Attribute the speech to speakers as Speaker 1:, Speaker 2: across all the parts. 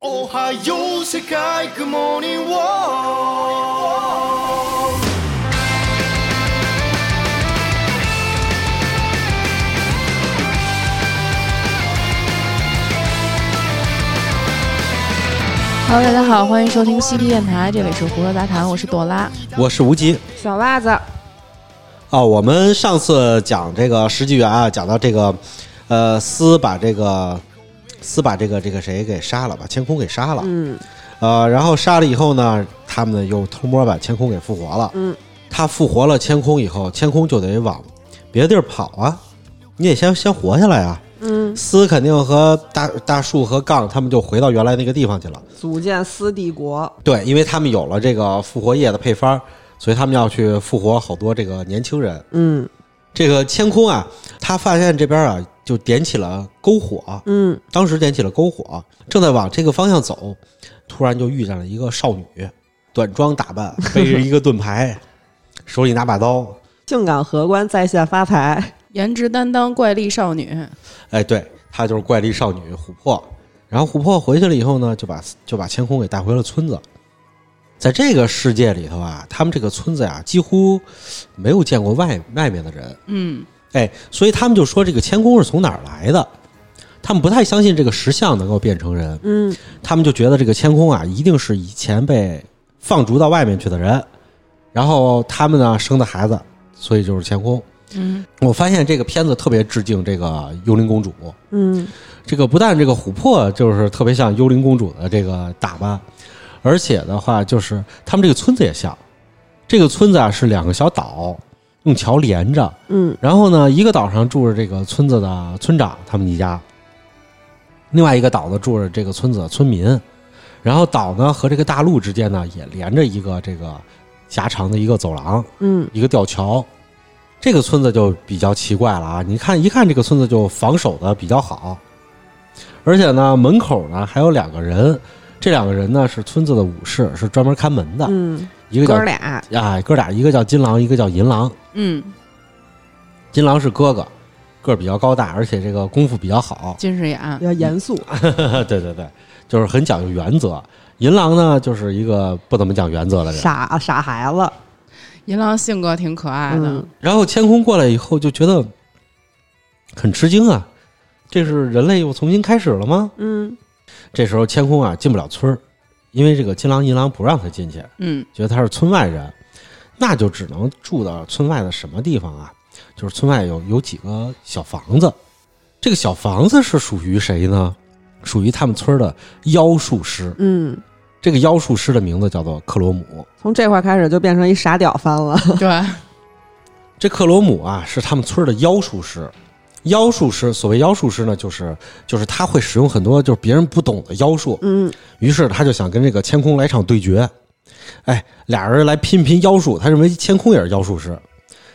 Speaker 1: おはよう世界グモーニングワー
Speaker 2: 哈喽，大家好，欢迎收听西 T 电台，这里是胡说杂谈，我是朵拉。
Speaker 3: 我是无极
Speaker 2: 小袜子，
Speaker 3: 啊。我们上次讲这个十纪元啊，讲到这个，呃，司把这个司把这个这个谁给杀了，把千空给杀了，
Speaker 4: 嗯
Speaker 3: 呃，然后杀了以后呢，他们又偷摸把千空给复活了。
Speaker 4: 嗯，
Speaker 3: 他复活了千空以后，千空就得往别的地儿跑啊，你得先先活下来啊。
Speaker 4: 嗯，
Speaker 3: 司肯定和大大树和杠他们就回到原来那个地方去了。
Speaker 4: 组建私帝国，
Speaker 3: 对，因为他们有了这个复活液的配方，所以他们要去复活好多这个年轻人。
Speaker 4: 嗯
Speaker 3: 这个千空啊，他发现这边啊就点起了篝火，
Speaker 4: 嗯
Speaker 3: 当时点起了篝火，正在往这个方向走，突然就遇见了一个少女，短装打扮，背着一个盾 牌，手里拿把刀。
Speaker 4: 竟敢荷官在线发财，
Speaker 2: 颜值担当怪力少女，
Speaker 3: 哎，对，她就是怪力少女琥珀。然后琥珀回去了以后呢，就把就把千空给带回了村子。在这个世界里头啊，他们这个村子呀、几乎没有见过外外面的人。
Speaker 2: 嗯，
Speaker 3: 哎，所以他们就说这个谦恭是从哪儿来的？他们不太相信这个石像能够变成人，
Speaker 4: 嗯
Speaker 3: 他们就觉得这个谦恭啊，一定是以前被放逐到外面去的人，然后他们呢生的孩子，所以就是谦恭。
Speaker 2: 嗯，
Speaker 3: 我发现这个片子特别致敬这个幽灵公主，
Speaker 4: 嗯
Speaker 3: 这个不但这个琥珀就是特别像幽灵公主的这个打扮，而且的话就是他们这个村子也像，这个村子啊是两个小岛，用桥连着，
Speaker 4: 嗯
Speaker 3: 然后呢，一个岛上住着这个村子的村长他们一家，另外一个岛呢住着这个村子的村民，然后岛呢和这个大陆之间呢也连着一个这个狭长的一个走廊，
Speaker 4: 嗯
Speaker 3: 一个吊桥。这个村子就比较奇怪了啊！你看一看这个村子就防守的比较好，而且呢门口呢还有两个人，这两个人呢是村子的武士，是专门看门的，
Speaker 4: 嗯，
Speaker 3: 一个
Speaker 4: 哥
Speaker 3: 叫
Speaker 4: 俩，
Speaker 3: 啊哥俩，一个叫金狼，一个叫银狼。
Speaker 2: 嗯，。
Speaker 3: 金狼是哥哥，个儿比较高大，而且这个功夫比较好
Speaker 2: 近视眼
Speaker 4: 比，较严肃，
Speaker 3: 嗯对对对，就是很讲究原则。银狼呢，就是一个不怎么讲原则的人。
Speaker 4: 傻傻孩子，
Speaker 2: 银狼性格挺可爱的，
Speaker 4: 嗯
Speaker 3: 然后千空过来以后，就觉得很吃惊啊，这是人类又重新开始了吗？
Speaker 4: 嗯
Speaker 3: 这时候千空啊进不了村儿，因为这个金狼银狼不让他进去，
Speaker 2: 嗯
Speaker 3: 觉得他是村外人，那就只能住到村外的什么地方啊？就是村外有有几个小房子，这个小房子是属于谁呢？属于他们村儿的妖术师。
Speaker 4: 嗯，
Speaker 3: 这个妖术师的名字叫做克罗姆。
Speaker 4: 从这块开始就变成一傻屌番了，
Speaker 2: 嗯对，
Speaker 3: 这克罗姆啊，是他们村儿的妖术师。妖术师，所谓妖术师呢，就是就是他会使用很多就是别人不懂的妖术，
Speaker 4: 嗯
Speaker 3: 于是他就想跟这个千空来场对决，哎，俩人来拼拼妖术。他认为千空也是妖术师，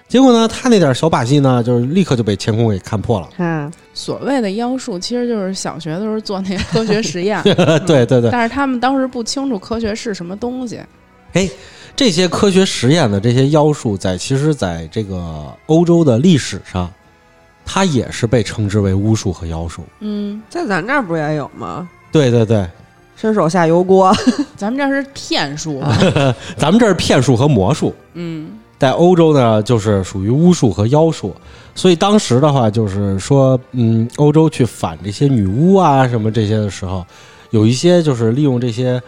Speaker 3: 结果呢，他那点小把戏呢，就是立刻就被千空给看破了。
Speaker 4: 看，
Speaker 2: 所谓的妖术其实就是小学的时候做那个科学实 验，
Speaker 3: 对对对，
Speaker 2: 但是他们当时不清楚科学是什么东西，
Speaker 3: 这些科学实验的这些妖术在，其实在这个欧洲的历史上，它也是被称之为巫术和妖术。
Speaker 2: 嗯，
Speaker 4: 在咱这儿不也有吗？
Speaker 3: 对对对，
Speaker 4: 伸手下油锅，
Speaker 2: 咱们这是骗术吧，
Speaker 3: 咱们这是骗术和魔术，
Speaker 2: 嗯
Speaker 3: 在欧洲呢，就是属于巫术和妖术，所以当时的话，就是说，嗯，欧洲去反这些女巫啊什么这些的时候，有一些就是利用这些，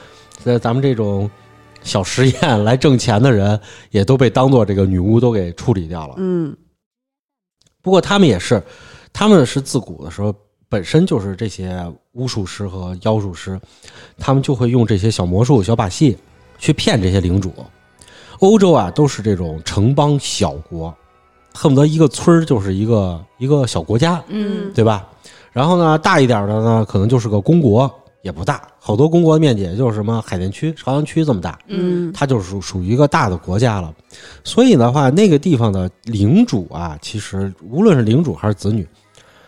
Speaker 3: 在咱们这种小实验来挣钱的人，也都被当做这个女巫都给处理掉了。
Speaker 4: 嗯
Speaker 3: 不过他们也是，他们是自古的时候本身就是这些巫术师和妖术师，他们就会用这些小魔术、小把戏去骗这些领主。欧洲啊，都是这种城邦小国，恨不得一个村儿就是一个一个小国家，
Speaker 2: 嗯
Speaker 3: 对吧？然后呢，大一点的呢，可能就是个公国，也不大，好多公国的面积也就是什么海淀区、朝阳区这么大。
Speaker 2: 嗯，
Speaker 3: 它就是属属于一个大的国家了。所以的话，那个地方的领主啊，其实无论是领主还是子女，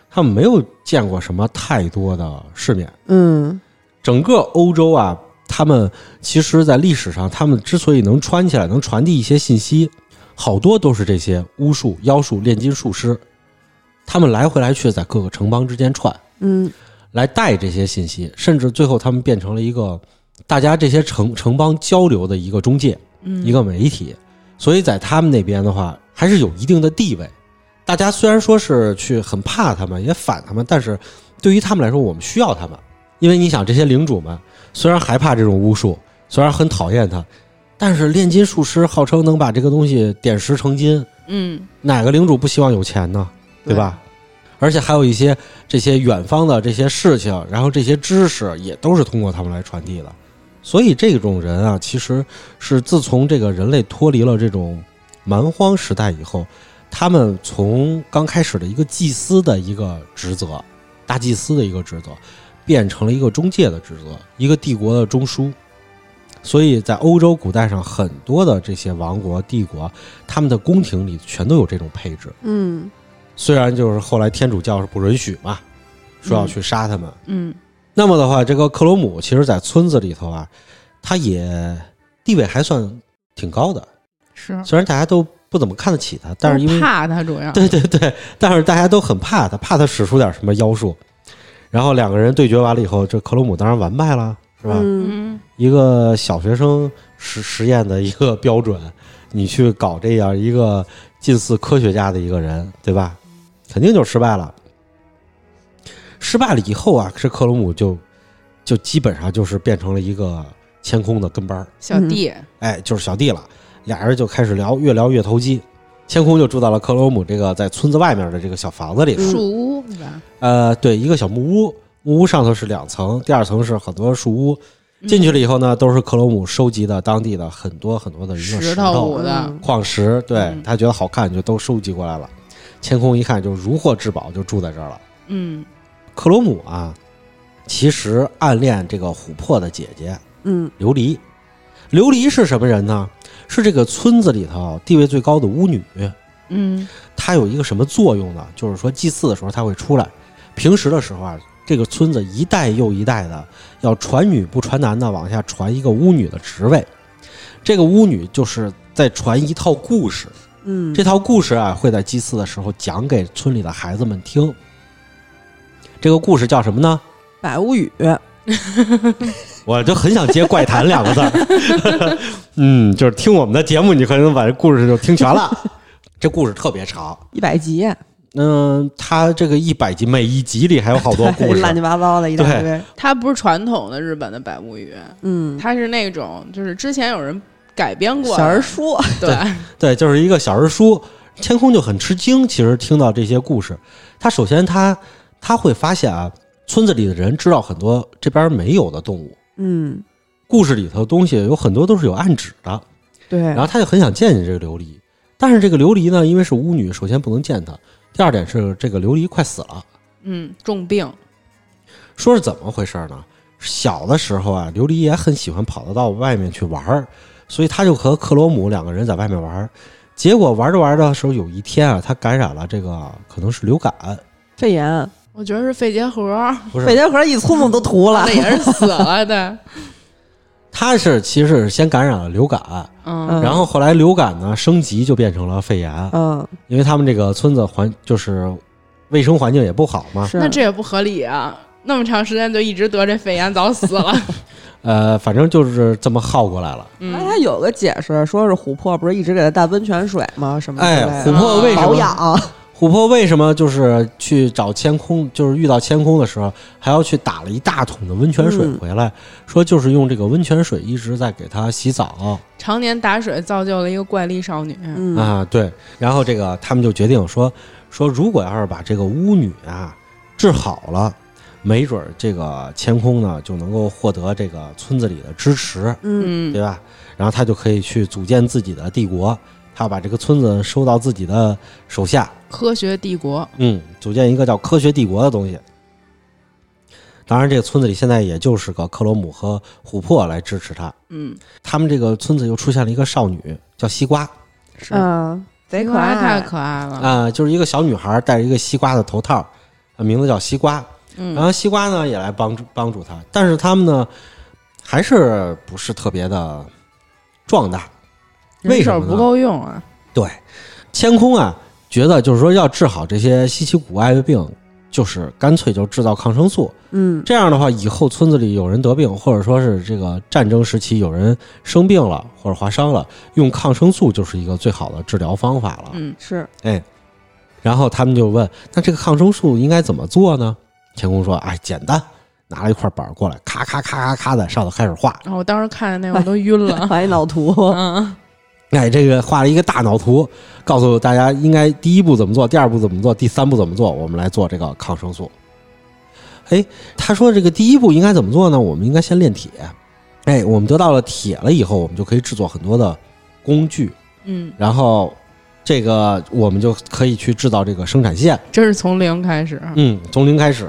Speaker 3: 他们没有见过什么太多的世面。
Speaker 4: 嗯
Speaker 3: 整个欧洲啊，他们其实，在历史上，他们之所以能穿起来，能传递一些信息，好多都是这些巫术、妖术、炼金术师，他们来回来去在各个城邦之间串。
Speaker 4: 嗯
Speaker 3: 来带这些信息，甚至最后他们变成了一个大家这些城城邦交流的一个中介，一个媒体。所以在他们那边的话，还是有一定的地位。大家虽然说是去很怕他们，也反他们，但是对于他们来说，我们需要他们，因为你想，这些领主们虽然害怕这种巫术，虽然很讨厌它，但是炼金术师号称能把这个东西点石成金，
Speaker 2: 嗯，
Speaker 3: 哪个领主不希望有钱呢？对吧？而且还有一些这些远方的这些事情，然后这些知识也都是通过他们来传递的。所以这种人啊，其实是自从这个人类脱离了这种蛮荒时代以后，他们从刚开始的一个祭司的一个职责，大祭司的一个职责，变成了一个中介的职责，一个帝国的中枢。所以在欧洲古代上，很多的这些王国、帝国，他们的宫廷里全都有这种配置。
Speaker 4: 嗯，
Speaker 3: 虽然就是后来天主教是不允许嘛，说要去杀他们。
Speaker 2: 嗯
Speaker 3: 那么的话，这个克罗姆其实，在村子里头啊，他也地位还算挺高的，
Speaker 2: 是，
Speaker 3: 虽然大家都不怎么看得起他，但是因为
Speaker 2: 怕他主要
Speaker 3: 对对对，但是大家都很怕他，怕他使出点什么妖术。然后两个人对决完了以后，这克罗姆当然完败了，是吧？
Speaker 4: 嗯，
Speaker 2: 嗯
Speaker 3: 一个小学生实实验的一个标准，你去搞这样一个近似科学家的一个人，对吧？肯定就失败了。失败了以后啊，这克鲁姆就就基本上就是变成了一个千空的跟班儿，
Speaker 2: 小弟，
Speaker 3: 哎，就是小弟了。俩人就开始聊，越聊越投机。千空就住到了克罗姆这个在村子外面的这个小房子里了，
Speaker 2: 树屋是吧？
Speaker 3: 呃，对，一个小木屋，木屋上头是两层，第二层是很多树屋。
Speaker 2: 嗯
Speaker 3: 进去了以后呢，都是克罗姆收集的当地的很多很多的一个石
Speaker 2: 石头
Speaker 3: 头
Speaker 2: 舞的
Speaker 4: 嗯，
Speaker 3: 矿石，对
Speaker 2: 嗯
Speaker 3: 他觉得好看就都收集过来了。千空一看就如获至宝，就住在这儿了。
Speaker 2: 嗯
Speaker 3: 克罗姆啊，其实暗恋这个琥珀的姐姐
Speaker 4: 嗯
Speaker 3: 琉璃。琉璃是什么人呢？是这个村子里头地位最高的巫女。
Speaker 2: 嗯
Speaker 3: 它有一个什么作用呢？就是说祭祀的时候它会出来，平时的时候啊，这个村子一代又一代的要传女不传男的往下传一个巫女的职位，这个巫女就是在传一套故事，
Speaker 4: 嗯，
Speaker 3: 这套故事啊会在祭祀的时候讲给村里的孩子们听。这个故事叫什么呢？
Speaker 4: 百物语，
Speaker 3: 我就很想接“怪谈”两个字儿， 嗯，就是听我们的节目，你可能把这故事就听全了。这故事特别长，
Speaker 4: 一百集，
Speaker 3: 嗯，他这个一百集，每一集里还有 好多故事。
Speaker 4: 乱七八糟的一大堆，
Speaker 2: 它不是传统的日本的百物语，
Speaker 4: 嗯，
Speaker 2: 它是那种就是之前有人改编过的
Speaker 4: 小人书，
Speaker 2: 对，
Speaker 3: 对，就是一个小人书。千空就很吃惊，其实听到这些故事，他首先他他会发现啊，村子里的人知道很多这边没有的动物，
Speaker 4: 嗯，
Speaker 3: 故事里头的东西有很多都是有暗指的。
Speaker 4: 对
Speaker 3: 然，后他就很想见见这个琉璃，但是这个琉璃呢，因为是巫女，首先不能见她，第二点是这个琉璃快死了。
Speaker 2: 嗯，重病，
Speaker 3: 说是怎么回事呢？小的时候啊，琉璃也很喜欢跑到到外面去玩儿，所以他就和克罗姆两个人在外面玩儿。结果玩着玩着的时候，有一天啊，他感染了这个可能是流感，
Speaker 4: 肺炎，
Speaker 2: 我觉得是肺结核，
Speaker 3: 不
Speaker 4: 肺
Speaker 3: 是，
Speaker 4: 结核一粗木都涂了
Speaker 2: 那，也是死了的，
Speaker 3: 他是其实是先感染了流感，
Speaker 2: 嗯
Speaker 3: 然后后来流感呢升级就变成了肺炎，
Speaker 4: 嗯，
Speaker 3: 因为他们这个村子环就是卫生环境也不好嘛，
Speaker 4: 是，
Speaker 2: 那这也不合理啊！那么长时间就一直得这肺炎，早死了。
Speaker 3: 呃，反正就是这么耗过来了。
Speaker 2: 嗯
Speaker 4: 哎，他有个解释，说是琥珀不是一直给他带温泉水吗？什么之
Speaker 3: 哎，
Speaker 4: 类
Speaker 3: 琥
Speaker 4: 的，
Speaker 3: 珀为什么
Speaker 4: 嗯保 养，
Speaker 3: 琥珀为什么就是去找千空，就是遇到千空的时候，还要去打了一大桶的温泉水
Speaker 4: 嗯
Speaker 3: 回来？说就是用这个温泉水一直在给他洗澡、
Speaker 2: 常年打水造就了一个怪力少女。
Speaker 4: 嗯，
Speaker 3: 啊，对。然后这个他们就决定说，说如果要是把这个巫女啊治好了，没准儿这个千空呢就能够获得这个村子里的支持，
Speaker 4: 嗯，
Speaker 2: 嗯，
Speaker 3: 对吧？然后他就可以去组建自己的帝国，他要把这个村子收到自己的手下。
Speaker 2: 科学帝国，
Speaker 3: 嗯，组建一个叫科学帝国的东西。当然，这个村子里现在也就是个克罗姆和琥珀来支持他。
Speaker 2: 嗯，
Speaker 3: 他们这个村子又出现了一个少女，叫西瓜
Speaker 2: 是
Speaker 4: 嗯，贼可爱，
Speaker 2: 太可爱了。
Speaker 3: 啊、就是一个小女孩戴着一个西瓜的头套，呃名字叫西瓜。然
Speaker 2: 嗯
Speaker 3: 后西瓜呢也来帮助帮助他，但是他们呢还是不是特别的壮大，为
Speaker 2: 人
Speaker 3: 什
Speaker 2: 手
Speaker 3: 么呢
Speaker 2: 不够用啊。
Speaker 3: 对，千空啊，觉得就是说要治好这些稀奇古怪的病，就是干脆就制造抗生素。
Speaker 4: 嗯
Speaker 3: 这样的话，以后村子里有人得病，或者说是这个战争时期有人生病了或者划伤了，用抗生素就是一个最好的治疗方法了。
Speaker 2: 嗯，
Speaker 4: 是
Speaker 3: 哎，然后他们就问，那这个抗生素应该怎么做呢？田宫说，哎，简单，拿了一块板儿过来，咔咔咔咔咔的上头开始画，
Speaker 2: 然后我当时看见那个我都晕了。
Speaker 4: 画一脑图，
Speaker 2: 嗯，
Speaker 3: 哎，这个画了一个大脑图，告诉大家应该第一步怎么做，第二步怎么做，第三步怎么做。我们来做这个抗生素。哎，他说这个第一步应该怎么做呢？我们应该先炼铁。哎，我们得到了铁了以后，我们就可以制作很多的工具，
Speaker 2: 嗯，
Speaker 3: 然后这个我们就可以去制造这个生产线。
Speaker 2: 真是从零开始。啊
Speaker 3: 嗯，从零开始。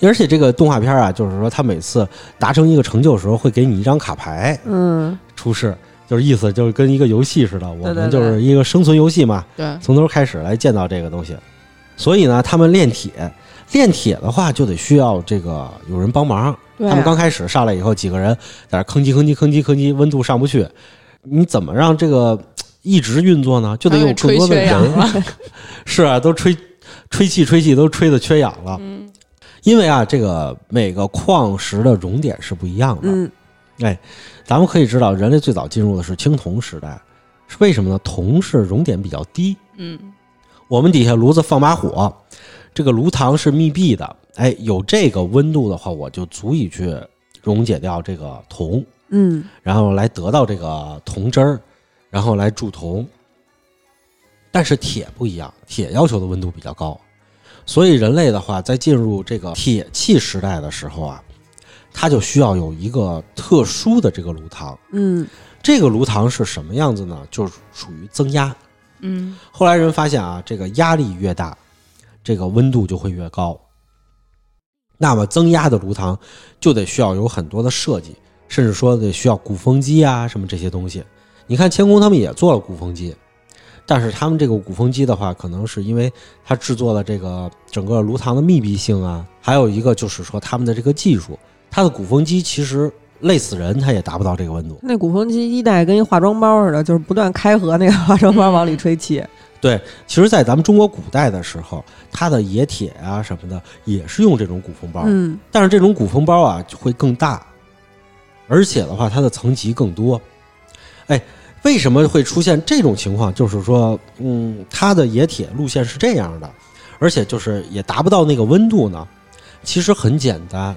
Speaker 3: 而且这个动画片啊，就是说他每次达成一个成就的时候，会给你一张卡牌，
Speaker 4: 嗯，
Speaker 3: 出世，就是意思就是跟一个游戏似的，我
Speaker 4: 对
Speaker 3: 们
Speaker 4: 对
Speaker 3: 就是一个生存游戏嘛，
Speaker 2: 对，
Speaker 3: 从头开始来建造这个东西。所以呢，他们炼铁，炼铁的话就得需要这个有人帮忙。
Speaker 4: 对
Speaker 3: 他们刚开始上来以后，几个人在那吭叽吭叽吭叽吭叽，温度上不去，你怎么让这个嘖一直运作呢？就得有更
Speaker 2: 吹
Speaker 3: 多的
Speaker 2: 缺氧
Speaker 3: 人。
Speaker 2: 了。
Speaker 3: 是啊，都吹吹气吹气都吹的缺氧了。
Speaker 2: 嗯
Speaker 3: 因为啊，这个每个矿石的熔点是不一样的。
Speaker 4: 嗯
Speaker 3: 咱们可以知道，人类最早进入的是青铜时代，是为什么呢？铜是熔点比较低，
Speaker 2: 嗯，
Speaker 3: 我们底下炉子放把火，这个炉膛是密闭的，哎，有这个温度的话，我就足以去溶解掉这个铜，
Speaker 4: 嗯
Speaker 3: 然后来得到这个铜汁儿，然后来铸铜。但是铁不一样，铁要求的温度比较高，所以人类的话，在进入这个铁器时代的时候啊，它就需要有一个特殊的这个炉膛。
Speaker 4: 嗯
Speaker 3: 这个炉膛是什么样子呢？就是属于增压。
Speaker 2: 嗯，
Speaker 3: 后来人发现啊，这个压力越大，这个温度就会越高。那么增压的炉膛就得需要有很多的设计，甚至说得需要鼓风机啊什么这些东西。你看谦工他们也做了鼓风机，但是他们这个鼓风机的话，可能是因为它制作了这个整个炉膛的密闭性啊，还有一个就是说他们的这个技术，它的鼓风机其实累死人，它也达不到这个温度。
Speaker 4: 那鼓风机一代跟一化妆包似的，就是不断开合那个化妆包往里吹气。
Speaker 3: 其实，在咱们中国古代的时候，它的冶铁啊什么的也是用这种鼓风包，
Speaker 4: 嗯
Speaker 3: 但是这种鼓风包啊就会更大，而且的话，它的层级更多。哎，为什么会出现这种情况？就是说，嗯，它的冶铁路线是这样的，而且就是也达不到那个温度呢。其实很简单，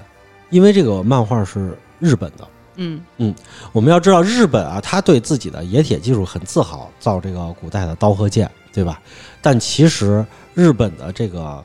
Speaker 3: 因为这个漫画是日本的，
Speaker 2: 嗯
Speaker 3: 我们要知道，日本啊，他对自己的冶铁技术很自豪，造这个古代的刀和剑，对吧？但其实日本的这个，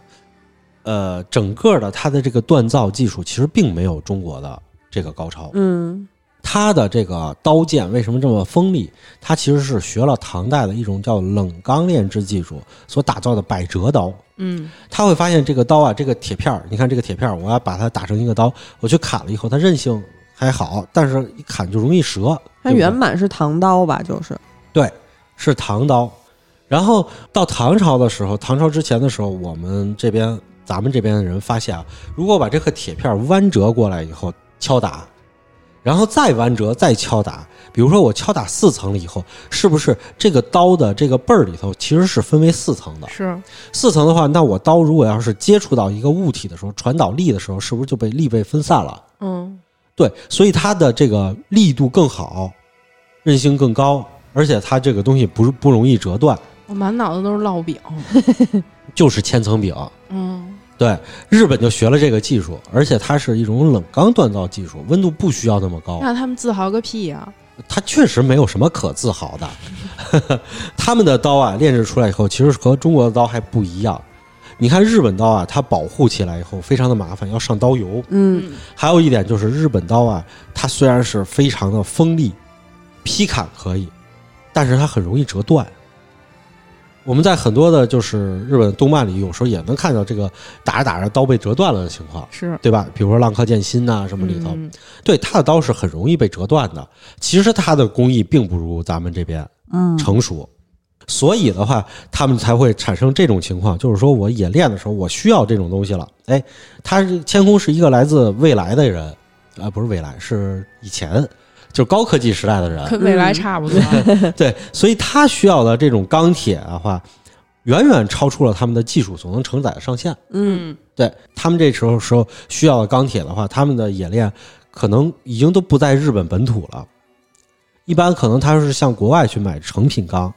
Speaker 3: 呃，整个的它的这个锻造技术，其实并没有中国的这个高超。
Speaker 4: 嗯
Speaker 3: 它的这个刀剑为什么这么锋利？它其实是学了唐代的一种叫冷钢炼制技术所打造的百折刀。
Speaker 2: 嗯
Speaker 3: 他会发现这个刀啊，这个铁片儿，你看这个铁片儿，我要把它打成一个刀，我去砍了以后，它韧性还好，但是一砍就容易折。
Speaker 4: 它
Speaker 3: 对不对
Speaker 4: 原版是唐刀吧？就是
Speaker 3: 对，是唐刀。然后到唐朝的时候，唐朝之前的时候，我们这边咱们这边的人发现啊，如果把这个铁片弯折过来以后敲打，然后再弯折再敲打，比如说我敲打四层了以后，是不是这个刀的这个背儿里头其实是分为四层的？
Speaker 2: 是，
Speaker 3: 四层的话，那我刀如果要是接触到一个物体的时候，传导力的时候，是不是就被力被分散了？
Speaker 2: 嗯
Speaker 3: 对，所以它的这个力度更好，韧性更高，而且它这个东西不是不容易折断，
Speaker 2: 我满脑子都是烙饼。
Speaker 3: 就是千层饼。
Speaker 2: 嗯
Speaker 3: 对，日本就学了这个技术，而且它是一种冷钢锻造技术，温度不需要那么高。
Speaker 2: 那他们自豪个屁呀、
Speaker 3: 它确实没有什么可自豪的。 他们的刀啊，炼制出来以后，其实和中国的刀还不一样。你看日本刀啊，它保护起来以后非常的麻烦，要上刀油。
Speaker 4: 嗯
Speaker 2: 嗯
Speaker 3: 还有一点就是日本刀啊，它虽然是非常的锋利，劈砍可以，但是它很容易折断。我们在很多的就是日本动漫里，有时候也能看到这个打着打着刀被折断了的情况，
Speaker 2: 是
Speaker 3: 对吧？比如说《浪客剑心》呐什么里头，
Speaker 2: 嗯
Speaker 3: 对它的刀是很容易被折断的。其实它的工艺并不如咱们这边
Speaker 4: 嗯
Speaker 3: 成熟，所以的话，他们才会产生这种情况，就是说我演练的时候，我需要这种东西了。哎，他是千空是一个来自未来的人，啊、不是未来，是以前，就是高科技时代的人。
Speaker 2: 跟未来差不多。
Speaker 3: 对，所以他需要的这种钢铁的话，远远超出了他们的技术所能承载的上限。
Speaker 4: 嗯，
Speaker 3: 对他们这时候时候需要的钢铁的话，他们的冶炼可能已经都不在日本本土了，一般可能他是向国外去买成品钢，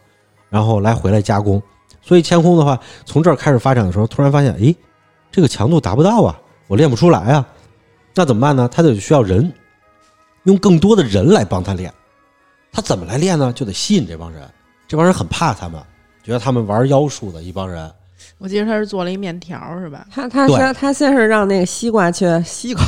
Speaker 3: 然后来回来加工。所以千空的话，从这儿开始发展的时候，突然发现，诶，这个强度达不到啊，我练不出来啊，那怎么办呢？他得需要人，用更多的人来帮他练。他怎么来练呢？就得吸引这帮人，这帮人很怕他们，觉得他们玩妖术的一帮人。
Speaker 2: 我记得他是做了一面条儿是吧？
Speaker 4: 他他
Speaker 3: 对
Speaker 4: 先他先是让那个西瓜去西瓜，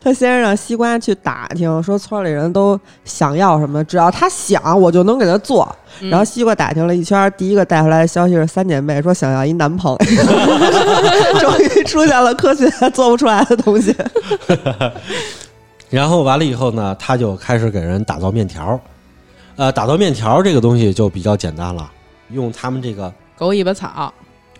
Speaker 4: 他先是让西瓜去打听，说村里人都想要什么，只要他想，我就能给他做。然后西瓜打听了一圈，第一个带回来的消息是三姐妹说想要一男朋友， 终于出现了科学做不出来的东西。
Speaker 3: 然后完了以后呢，他就开始给人打造面条儿。呃，打造面条儿这个东西就比较简单了，用他们这个
Speaker 2: 狗尾巴草，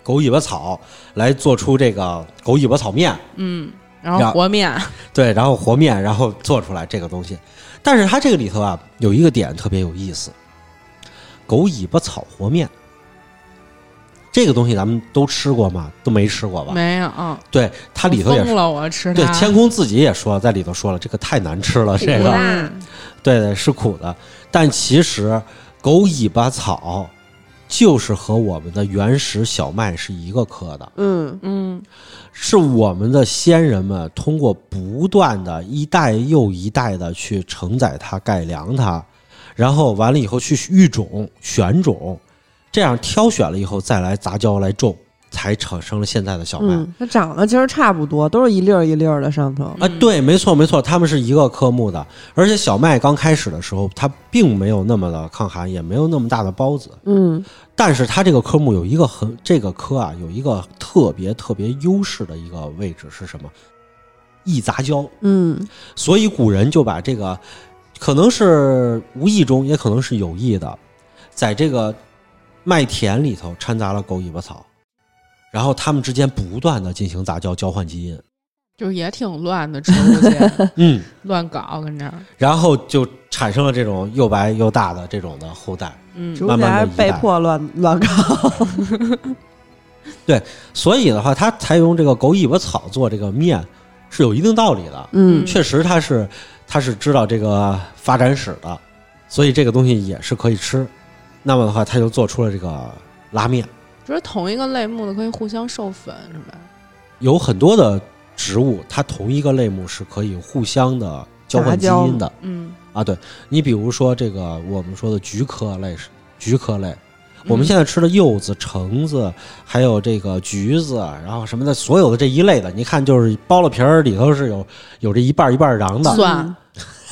Speaker 3: 狗尾巴草来做出这个狗尾巴草面，
Speaker 2: 然
Speaker 3: 然
Speaker 2: 后
Speaker 3: 后
Speaker 2: 和面，
Speaker 3: 对，然后和面，然后做出来这个东西。但是它这个里头啊，有一个点特别有意思，狗尾巴草和面。这个东西咱们都吃过吗？都没吃过吧？
Speaker 2: 没有，嗯
Speaker 3: 对，它里头也
Speaker 2: 疯
Speaker 3: 是。
Speaker 2: 了，我吃
Speaker 3: 对
Speaker 2: 它。，
Speaker 3: 天空自己也说，在里头说了，这个太难吃了，这个
Speaker 5: 苦辣
Speaker 2: 嗯
Speaker 3: 对对是苦的。但其实狗尾巴草就是和我们的原始小麦是一个科的，
Speaker 4: 嗯，
Speaker 2: 嗯，
Speaker 3: 是我们的先人们通过不断的一代又一代的去承载它、改良它，然后完了以后去育种、选种，这样挑选了以后再来杂交来种，才产生了现在的小麦。
Speaker 4: 嗯，它长得其实差不多，都是一粒儿一粒儿的上头。
Speaker 3: 啊，对，没错没错，他们是一个科目的，而且小麦刚开始的时候，它并没有那么的抗寒，也没有那么大的孢子，
Speaker 4: 嗯
Speaker 3: 但是它这个科目有一个很，这个科啊有一个特别特别优势的一个位置是什么？易杂交，
Speaker 4: 嗯
Speaker 3: 所以古人就把这个，可能是无意中，也可能是有意的，在这个麦田里头掺杂了狗尾巴草，然后它们之间不断的进行杂交，交换基因，
Speaker 2: 就是也挺乱的，植物界
Speaker 3: 嗯，
Speaker 2: 乱搞跟这 儿，
Speaker 3: 然后就产生了这种又白又大的这种的后代。
Speaker 2: 嗯
Speaker 4: 植物
Speaker 3: 慢
Speaker 4: 界
Speaker 3: 慢地
Speaker 4: 还是
Speaker 3: 一
Speaker 4: 被
Speaker 3: 代
Speaker 4: 迫乱乱搞。
Speaker 3: 所以的话，它采用这个狗尾巴草做这个面是有一定道理的。
Speaker 4: 嗯
Speaker 3: 确实，它是它是知道这个发展史的，所以这个东西也是可以吃。那么的话，它就做出了这个拉面，
Speaker 2: 就是同一个类目的可以互相授粉是吧？
Speaker 3: 有很多的植物，它同一个类目是可以互相的交换基因的
Speaker 2: 嗯，
Speaker 3: 啊。对你比如说这个我们说的菊科类是菊科类，我
Speaker 2: 嗯
Speaker 3: 们现在吃的柚子、橙子，还有这个橘子，然后什么的，所有的这一类的，你看就是剥了皮儿，里头是有有这一半儿一半儿瓤的。
Speaker 2: 蒜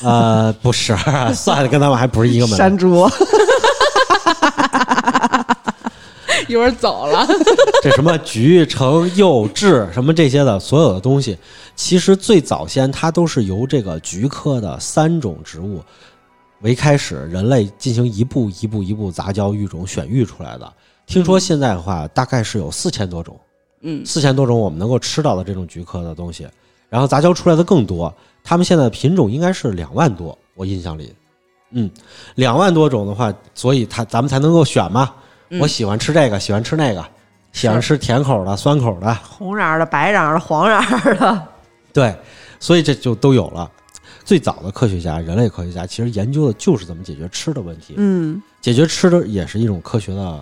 Speaker 3: 呃，不是， 算了，跟他们还不是一个门类。
Speaker 4: 山竹，
Speaker 2: 一会儿走了，
Speaker 3: 这什么橘、橙、柚、枳，什么这些的所有的东西，其实最早先它都是由这个菊科的三种植物为开始，人类进行一步一步一步杂交育种选育出来的。听说现在的话，大概是有四千多种，
Speaker 5: 嗯
Speaker 3: 四千多种我们能够吃到的这种菊科的东西，然后杂交出来的更多。他们现在的品种应该是两万多，我印象里，嗯，两万多种的话，所以它咱们才能够选嘛。
Speaker 5: 嗯
Speaker 3: 我喜欢吃这个，喜欢吃那个，喜欢吃甜口的、酸口的，
Speaker 4: 红瓤儿的、白瓤儿的、黄瓤儿的。
Speaker 3: 对，所以这就都有了。最早的科学家，人类科学家其实研究的就是怎么解决吃的问题，
Speaker 4: 嗯，
Speaker 3: 解决吃的也是一种科学的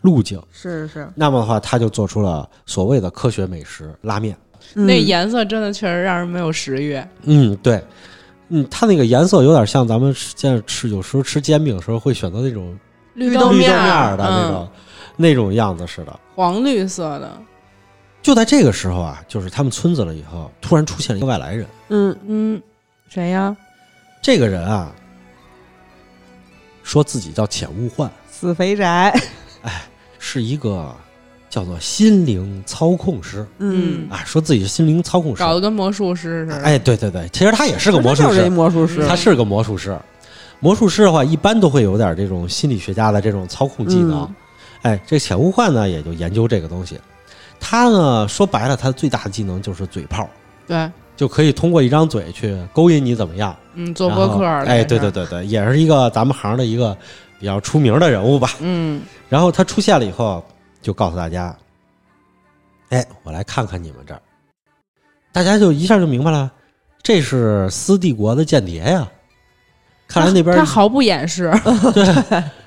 Speaker 3: 路径。
Speaker 4: 是是，
Speaker 3: 那么的话，他就做出了所谓的科学美食拉面。
Speaker 2: 那
Speaker 4: 嗯
Speaker 2: 颜色真的确实让人没有食欲。
Speaker 3: 嗯，对，嗯，它那个颜色有点像咱们现在吃，有时候吃煎饼的时候会选择那种嗯
Speaker 2: 绿
Speaker 3: 绿豆
Speaker 2: 豆
Speaker 3: 面
Speaker 2: 儿
Speaker 3: 儿的那种、那种样子似的。
Speaker 2: 嗯、黄绿色的，
Speaker 3: 就在这个时候啊，就是他们村子了以后，突然出现了一个外来人。
Speaker 4: 嗯
Speaker 2: 嗯，谁呀？
Speaker 3: 这个人啊，说自己叫浅悟幻，
Speaker 4: 死肥宅。
Speaker 3: 是一个叫做心灵操控师
Speaker 2: 嗯
Speaker 3: 啊，说自己是心灵操控师。
Speaker 2: 搞得跟魔术师似的。
Speaker 3: 哎，对对对，其实他也是
Speaker 4: 这
Speaker 3: 个魔术
Speaker 4: 就是一
Speaker 3: 师，
Speaker 4: 魔术师，
Speaker 3: 他是个魔术师。魔术师的话，一般都会有点这种心理学家的这种操控技能。
Speaker 4: 嗯
Speaker 3: 哎，这浅悟幻呢，也就研究这个东西。他呢，说白了，他最大的技能就是嘴炮，
Speaker 2: 对，
Speaker 3: 就可以通过一张嘴去勾引你怎么样。
Speaker 2: 嗯，做
Speaker 3: 然
Speaker 2: 播
Speaker 3: 后
Speaker 2: 客了。
Speaker 3: 哎，
Speaker 2: 这
Speaker 3: 对
Speaker 2: 是
Speaker 3: 对，对对，也是一个咱们行的一个比较出名的人物吧。
Speaker 2: 嗯
Speaker 3: 然后他出现了以后，就告诉大家，哎，我来看看你们这儿，大家就一下就明白了，这是斯帝国的间谍呀。看来那边
Speaker 2: 他毫不掩 饰，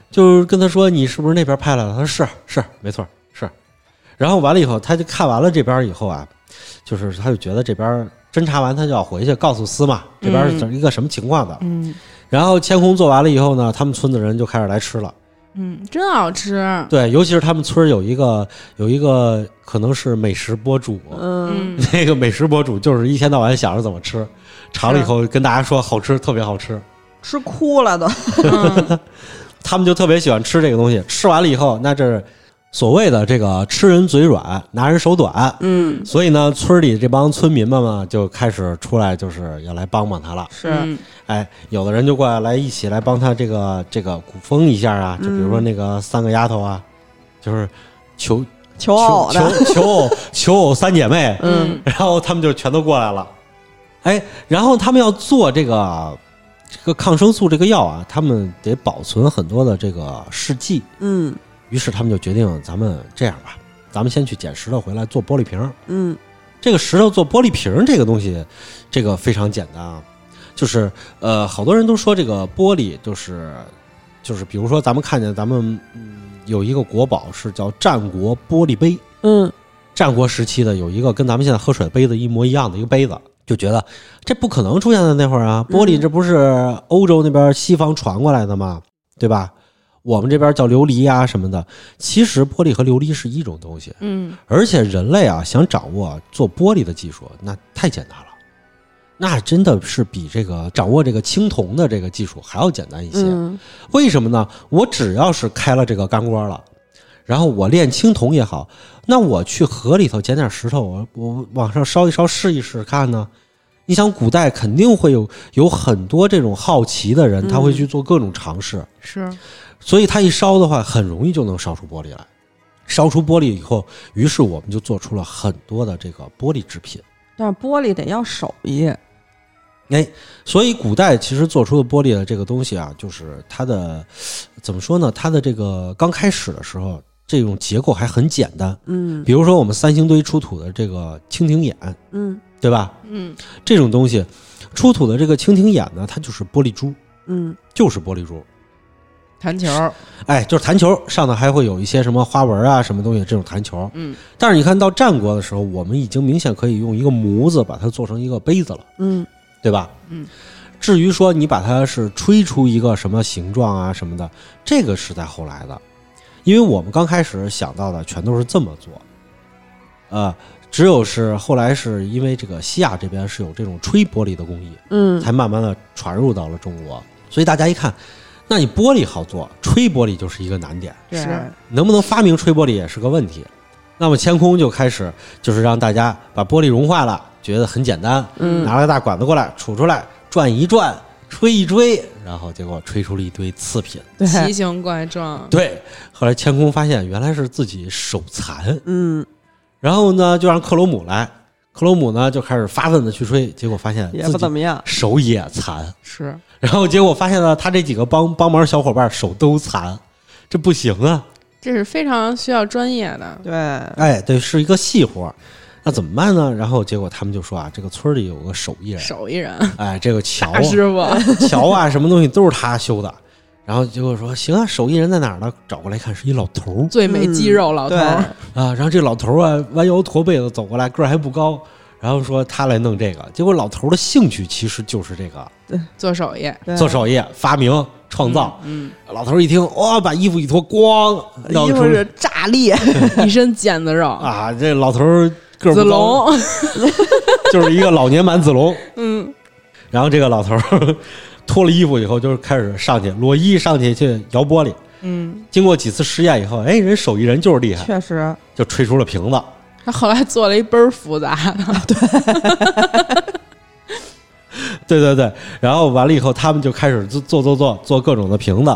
Speaker 3: 就是跟他说你是不是那边派来的？他说是是没错是。然后完了以后，他就看完了这边以后啊，就是他就觉得这边侦查完他就要回去告诉司马这边是一个什么情况的。
Speaker 2: 嗯
Speaker 3: 然后千空做完了以后呢，他们村子人就开始来吃了。
Speaker 2: 嗯，真好吃，
Speaker 3: 对，尤其是他们村儿有一个有一个可能是美食博主，
Speaker 4: 嗯，
Speaker 2: 嗯，
Speaker 3: 那个美食博主就是一天到晚想着怎么吃，尝了以后跟大家说好吃，特别好吃。
Speaker 4: 吃哭了都。
Speaker 2: 嗯
Speaker 3: 他们就特别喜欢吃这个东西，吃完了以后，那这是所谓的这个吃人嘴软，拿人手短。
Speaker 4: 嗯，
Speaker 3: 所以呢，村里这帮村民们嘛，就开始出来，就是要来帮帮他了。
Speaker 4: 是
Speaker 2: 嗯
Speaker 3: 哎，有的人就过来来一起来帮他这个这个鼓风一下啊，就比如说那个三个丫头啊，就是求求
Speaker 4: 求偶的，
Speaker 3: 求求偶求偶三姐妹，
Speaker 4: 嗯
Speaker 3: 然后他们就全都过来了。哎，然后他们要做这个这个抗生素这个药啊，他们得保存很多的这个试剂，
Speaker 4: 嗯
Speaker 3: 于是他们就决定，咱们这样吧，咱们先去捡石头回来做玻璃瓶儿。
Speaker 4: 嗯
Speaker 3: 这个石头做玻璃瓶儿这个东西，这个非常简单啊，就是呃，好多人都说这个玻璃就是就是，比如说咱们看见咱们嗯有一个国宝是叫战国玻璃杯，
Speaker 4: 嗯
Speaker 3: 战国时期的有一个跟咱们现在喝水杯子一模一样的一个杯子，就觉得这不可能出现在那会儿啊！玻璃这不是欧洲那边西方传过来的吗？对吧？我们这边叫琉璃啊什么的，其实玻璃和琉璃是一种东西，
Speaker 2: 嗯
Speaker 3: 而且人类啊想掌握做玻璃的技术，那太简单了，那真的是比这个掌握这个青铜的这个技术还要简单一些。
Speaker 4: 嗯
Speaker 3: 为什么呢？我只要是开了这个干锅了，然后我炼青铜也好，那我去河里头捡点石头，我我往上烧一烧试一试看呢。你想，古代肯定会有有很多这种好奇的人，他会去做各种尝试，
Speaker 2: 是，
Speaker 3: 所以他一烧的话，很容易就能烧出玻璃来。烧出玻璃以后，于是我们就做出了很多的这个玻璃制品。
Speaker 4: 但是玻璃得要手艺，
Speaker 3: 哎，所以古代其实做出的玻璃的这个东西啊，就是它的怎么说呢？它的这个刚开始的时候，这种结构还很简单。
Speaker 4: 嗯
Speaker 3: 比如说我们三星堆出土的这个蜻蜓眼，
Speaker 4: 嗯
Speaker 3: 对吧？
Speaker 2: 嗯
Speaker 3: 这种东西出土的这个蜻蜓眼呢，它就是玻璃珠，
Speaker 4: 嗯
Speaker 3: 就是玻璃珠。
Speaker 2: 弹球，
Speaker 3: 哎，就是弹球上头还会有一些什么花纹啊，什么东西这种弹球。
Speaker 2: 嗯
Speaker 3: 但是你看到战国的时候，我们已经明显可以用一个模子把它做成一个杯子了。
Speaker 4: 嗯
Speaker 3: 对吧？
Speaker 2: 嗯。
Speaker 3: 至于说你把它是吹出一个什么形状啊什么的，这个是在后来的，因为我们刚开始想到的全都是这么做，呃，只有是后来是因为这个西亚这边是有这种吹玻璃的工艺，
Speaker 4: 嗯
Speaker 3: 才慢慢的传入到了中国。所以大家一看，那你玻璃好做，吹玻璃就是一个难点。
Speaker 4: 对
Speaker 2: 是
Speaker 3: 能不能发明吹玻璃也是个问题。那么千空就开始就是让大家把玻璃融化了，觉得很简单，
Speaker 4: 嗯
Speaker 3: 拿了个大管子过来杵出来，转一转，吹一吹，然后结果吹出了一堆次品。
Speaker 2: 奇
Speaker 4: 对，
Speaker 2: 形怪状，
Speaker 3: 对，后来千空发现原来是自己手残，
Speaker 4: 嗯
Speaker 3: 然后呢就让克罗姆来，克罗姆呢就开始发奋的去吹，结果发现
Speaker 4: 也
Speaker 3: 自
Speaker 4: 不怎
Speaker 3: 己
Speaker 4: 么样，
Speaker 3: 手也残，
Speaker 2: 是
Speaker 3: 然后结果发现呢他这几个帮帮忙小伙伴手都残，这不行啊，
Speaker 2: 这是非常需要专业的，
Speaker 4: 对，
Speaker 3: 哎，对，是一个细活儿。那怎么办呢？然后结果他们就说啊，这个村儿里有个手艺人，
Speaker 2: 手艺人，
Speaker 3: 哎，这个桥啊
Speaker 2: 大师傅，
Speaker 3: 桥啊，什么东西都是他修的。然后结果说行啊，手艺人在哪儿呢？找过来一看，是一老头
Speaker 2: 最美肌肉老头儿，
Speaker 3: 儿啊。然后这老头儿啊，弯腰驼背的走过来，个儿还不高。然后说他来弄这个，结果老头儿的兴趣其实就是这个
Speaker 2: 做手艺，
Speaker 4: 对
Speaker 3: 做手艺、发明、创造。
Speaker 2: 啊嗯，
Speaker 3: 老头儿一听，哇、把衣服一脱，咣，
Speaker 4: 衣服是炸裂，
Speaker 2: 一身腱子肉，
Speaker 3: 啊，这老头儿个儿不
Speaker 2: 子
Speaker 3: 高
Speaker 2: 龙，
Speaker 3: 就是一个老年版子龙。
Speaker 2: 嗯，
Speaker 3: 然后这个老头儿脱了衣服以后，就是开始上去裸衣上去去摇玻璃。
Speaker 2: 嗯，
Speaker 3: 经过几次试验以后，哎，人手艺人就是厉害，
Speaker 4: 确实，
Speaker 3: 就吹出了瓶子。
Speaker 2: 他后来做了一倍儿复杂的，
Speaker 3: 对对对，然后完了以后，他们就开始做做做做做各种的瓶子，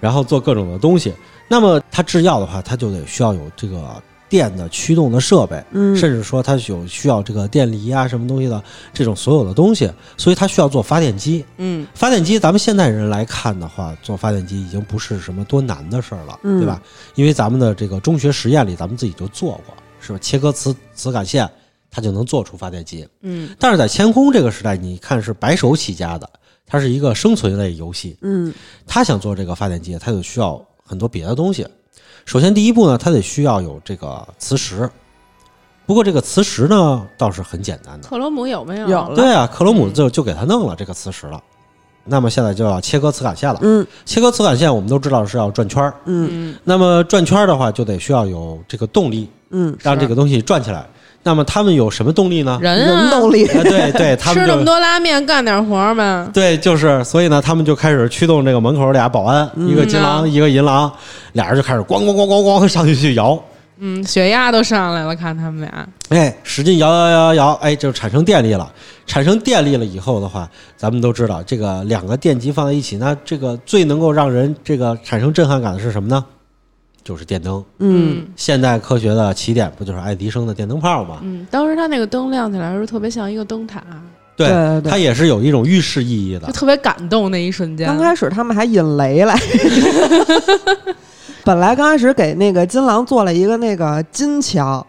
Speaker 3: 然后做各种的东西。那么他制药的话，他就得需要有这个电的驱动的设备，
Speaker 4: 嗯，
Speaker 3: 甚至说它有需要这个电离啊什么东西的这种所有的东西，所以它需要做发电机。
Speaker 4: 嗯
Speaker 3: 发电机，咱们现代人来看的话，做发电机已经不是什么多难的事儿了，
Speaker 4: 嗯
Speaker 3: 对吧？因为咱们的这个中学实验里，咱们自己就做过，是吧？切割磁磁感线，它就能做出发电机。
Speaker 2: 嗯
Speaker 3: 但是在天空这个时代，你看是白手起家的，它是一个生存类游戏，
Speaker 4: 嗯
Speaker 3: 他想做这个发电机，他就需要很多别的东西。首先，第一步呢，他得需要有这个磁石。不过这个磁石呢，倒是很简单 的。
Speaker 2: 克罗姆有没有？
Speaker 4: 有了
Speaker 3: 对啊，克罗姆就就给他弄了这个磁石了。那么现在就要切割磁感线了。
Speaker 4: 嗯
Speaker 3: 切割磁感线，我们都知道是要转圈儿。
Speaker 4: 嗯
Speaker 2: 嗯
Speaker 3: 那么转圈儿的话，就得需要有这个动力，
Speaker 4: 嗯，
Speaker 3: 让这个东西转起来。那么他们有什么动力呢？
Speaker 2: 人啊
Speaker 4: 人动力，
Speaker 3: 啊对 对，他们
Speaker 2: 吃
Speaker 3: 就
Speaker 2: 这么多拉面，干点活儿呗。
Speaker 3: 对，就是，所以呢，他们就开始驱动这个门口俩保安，一个金
Speaker 2: 嗯啊
Speaker 3: 狼，一个银狼，俩人就开始咣咣咣咣咣上去去摇，
Speaker 2: 嗯，血压都上来了，看他们俩。
Speaker 3: 哎，使劲摇摇摇摇摇，哎，就产生电力了。产生电力了以后的话，咱们都知道，这个两个电极放在一起，那这个最能够让人这个产生震撼感的是什么呢？就是电灯。
Speaker 4: 嗯，
Speaker 3: 现代科学的起点不就是爱迪生的电灯泡吗？
Speaker 2: 嗯，当时它那个灯亮起来的时候，特别像一个灯塔，
Speaker 3: 对
Speaker 4: 对对对
Speaker 3: 它也是有一种预示意义的
Speaker 2: 就。特别感动那一瞬间。
Speaker 4: 刚开始他们还引雷来。 本来刚开始给那个金狼做了一个那个金枪，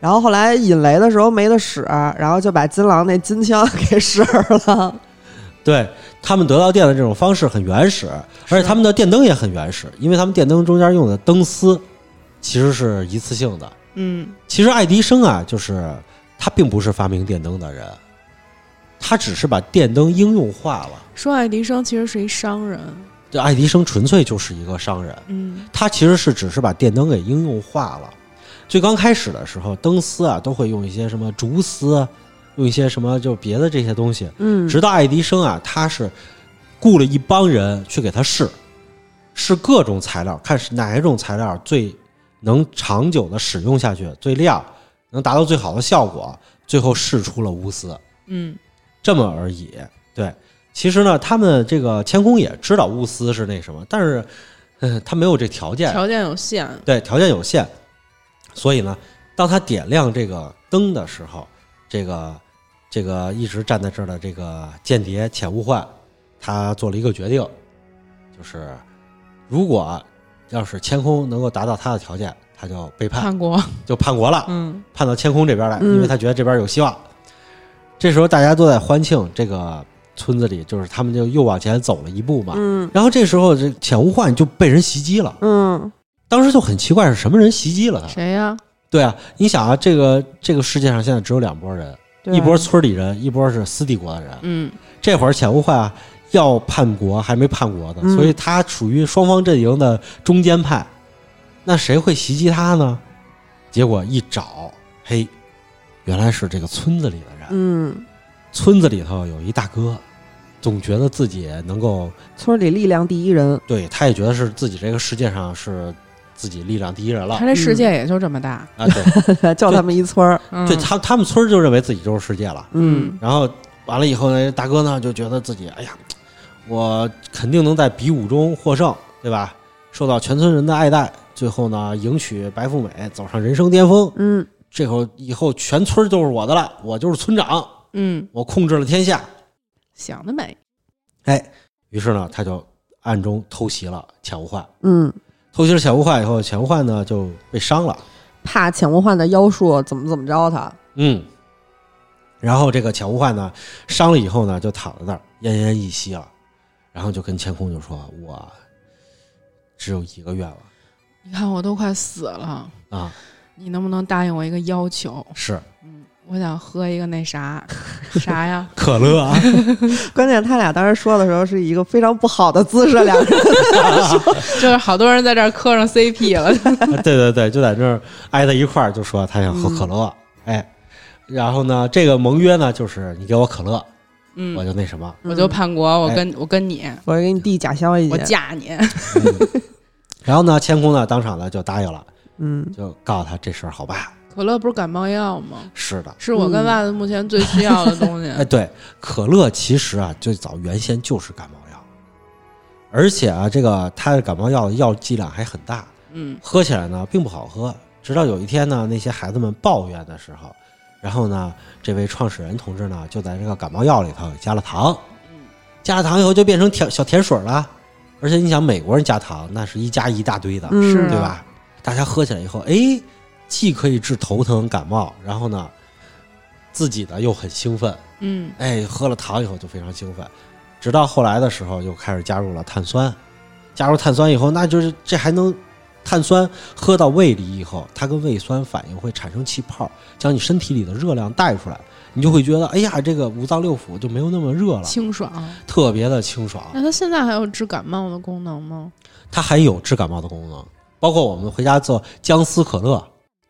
Speaker 4: 然后后来引雷的时候没得使，然后就把金狼那金枪给使了。
Speaker 3: 对他们得到电的这种方式很原始，而且他们的电灯也很原始，因为他们电灯中间用的灯丝其实是一次性的。
Speaker 2: 嗯
Speaker 3: 其实爱迪生啊，就是他并不是发明电灯的人，他只是把电灯应用化了。
Speaker 2: 说爱迪生其实是一商人。
Speaker 3: 这爱迪生纯粹就是一个商人，
Speaker 2: 嗯
Speaker 3: 他其实是只是把电灯给应用化了。最刚开始的时候，灯丝啊都会用一些什么竹丝，用一些什么就别的这些东西，
Speaker 4: 嗯
Speaker 3: 直到爱迪生啊，他是雇了一帮人去给他试，试各种材料，看是哪一种材料最能长久的使用下去，最亮，能达到最好的效果，最后试出了钨丝，
Speaker 2: 嗯
Speaker 3: 这么而已。对，其实呢，他们这个天空也知道钨丝是那什么，但是，嗯，他没有这条件，
Speaker 2: 条件有限。
Speaker 3: 对，条件有限，所以呢，当他点亮这个灯的时候，这个这个一直站在这儿的这个间谍潜雾幻，他做了一个决定，就是如果要是千空能够达到他的条件，他就背叛，
Speaker 2: 叛国。
Speaker 3: 就叛国了，
Speaker 2: 嗯
Speaker 3: 叛到千空这边来，
Speaker 4: 嗯
Speaker 3: 因为他觉得这边有希望。这时候大家都在欢庆这个村子里，就是他们就又往前走了一步嘛。
Speaker 4: 嗯
Speaker 3: 然后这时候这潜雾幻就被人袭击了。
Speaker 4: 嗯
Speaker 3: 当时就很奇怪，是什么人袭击了他？
Speaker 2: 谁呀、
Speaker 3: 对啊，你想啊，这个这个世界上现在只有两拨人，
Speaker 4: 对
Speaker 3: 一波村里人，一波是私帝国的人。
Speaker 2: 嗯
Speaker 3: 这会儿潜无患啊，要叛国还没叛国呢，
Speaker 4: 嗯
Speaker 3: 所以他属于双方阵营的中间派。那谁会袭击他呢？结果一找，嘿，原来是这个村子里的人。
Speaker 4: 嗯，
Speaker 3: 村子里头有一大哥，总觉得自己能够，
Speaker 4: 村里力量第一人。
Speaker 3: 对，他也觉得是自己这个世界上是自己力量第一人了
Speaker 2: 他这世界也就这么大。
Speaker 3: 啊。对，
Speaker 4: 就他们一村儿，
Speaker 2: 嗯、
Speaker 3: 对他他们村儿就认为自己就是世界了。
Speaker 4: 嗯
Speaker 3: 然后完了以后呢，大哥呢就觉得自己，哎呀，我肯定能在比武中获胜，对吧？受到全村人的爱戴，最后呢，迎娶白富美，走上人生巅峰。
Speaker 4: 嗯
Speaker 3: 这后以后全村就是我的了，我就是村长，
Speaker 2: 嗯，
Speaker 3: 我控制了天下。
Speaker 2: 想得美。
Speaker 3: 哎，于是呢，他就暗中偷袭了潜无患。
Speaker 4: 嗯，
Speaker 3: 偷袭了潜无患以后，潜无患呢就被伤了。
Speaker 4: 怕潜无患的妖术怎么怎么着他，
Speaker 3: 嗯，然后这个潜无患呢，伤了以后呢，就躺在那儿奄奄一息了，然后就跟千空就说：“我只有一个愿望
Speaker 2: 你看我都快死了，
Speaker 3: 啊，
Speaker 2: 你能不能答应我一个要求？
Speaker 3: 是
Speaker 2: 我想喝一个那 啥啥呀？
Speaker 3: 可乐啊，
Speaker 4: 关键他俩当时说的时候是一个非常不好的姿势，两个人
Speaker 2: 就是好多人在这儿磕上 CP 了。
Speaker 3: 对对对，就在这儿挨在一块儿，就说他想喝可乐，哎，然后呢，这个盟约呢，就是你给我可乐，我
Speaker 2: 嗯，
Speaker 3: 就那什么，
Speaker 2: 我就叛国，我
Speaker 3: 哎
Speaker 2: 跟、我跟你，
Speaker 4: 我给你递假消息
Speaker 2: 我
Speaker 4: 去，
Speaker 2: 嫁你。
Speaker 3: 嗯然后呢，千空呢当场呢就答应了，
Speaker 4: 嗯
Speaker 3: 就告诉他这事儿好办，
Speaker 2: 可乐不是感冒药吗？
Speaker 3: 是的。”
Speaker 2: 是我跟袜子目前最需要的东西。
Speaker 3: 哎，对，可乐其实啊，最早原先就是感冒药，而且啊，这个它的感冒药的药剂量还很大，
Speaker 2: 嗯
Speaker 3: 喝起来呢并不好喝，直到有一天呢，那些孩子们抱怨的时候，然后呢，这位创始人同志呢，就在这个感冒药里头加了糖，加了糖以后就变成甜小甜水了。而且你想，美国人加糖那是一加一大堆的，
Speaker 4: 嗯
Speaker 2: 是
Speaker 3: 对吧？大家喝起来以后，哎，既可以治头疼感冒，然后呢，自己呢又很兴奋，
Speaker 2: 嗯
Speaker 3: 哎，喝了糖以后就非常兴奋，直到后来的时候又开始加入了碳酸，加入碳酸以后，那就是这还能碳酸喝到胃里以后，它跟胃酸反应会产生气泡，将你身体里的热量带出来，你就会觉得哎呀，这个五脏六腑就没有那么热了，
Speaker 2: 清嗯爽。
Speaker 3: 特别的清爽。
Speaker 2: 那它现在还有治感冒的功能吗？
Speaker 3: 它还有治感冒的功能，包括我们回家做姜丝可乐，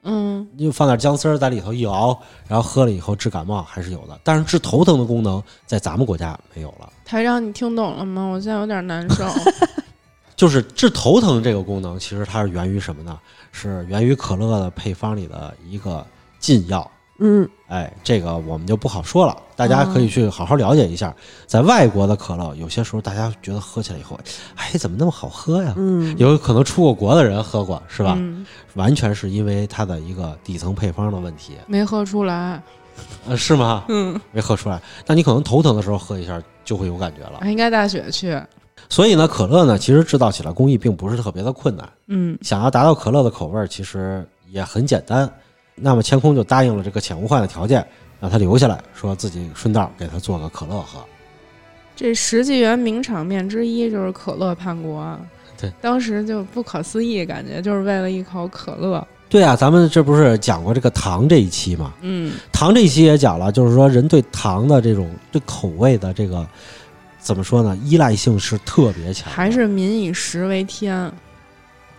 Speaker 2: 嗯，
Speaker 3: 你就放点姜丝儿在里头一熬，然后喝了以后治感冒还是有的，但是治头疼的功能在咱们国家没有了。
Speaker 2: 台长，你听懂了吗？我现在有点难 受。
Speaker 3: 就是治头疼这个功能，其实它是源于什么呢？是源于可乐的配方里的一个禁药。
Speaker 4: 嗯，
Speaker 3: 哎，这个我们就不好说了，大家
Speaker 2: 哦
Speaker 3: 可以去好好了解一下。在外国的可乐，有些时候大家觉得喝起来以后，哎，怎么那么好喝呀？
Speaker 4: 嗯，
Speaker 3: 有可能出过国的人喝过，是吧？
Speaker 2: 嗯，
Speaker 3: 完全是因为它的一个底层配方的问题，
Speaker 2: 没喝出来。
Speaker 3: 呃，是吗？
Speaker 2: 嗯，
Speaker 3: 没喝出来，那你可能头疼的时候喝一下就会有感觉了。
Speaker 2: 还应该大雪去。嗯
Speaker 3: 所以呢，可乐呢，其实制造起来工艺并不是特别的困难。
Speaker 2: 嗯
Speaker 3: 想要达到可乐的口味儿，其实也很简单。那么千空就答应了这个浅无患的条件，让他留下来，说自己顺道给他做个可乐喝。
Speaker 2: 这十纪元名场面之一就是可乐叛国。
Speaker 3: 对，
Speaker 2: 当时就不可思议，感觉就是为了一口可乐。
Speaker 3: 对啊，咱们这不是讲过这个糖这一期吗？
Speaker 2: 嗯，
Speaker 3: 糖这一期也讲了，就是说人对糖的这种对口味的这个怎么说呢？依赖性是特别强的，
Speaker 2: 还是民以食为天。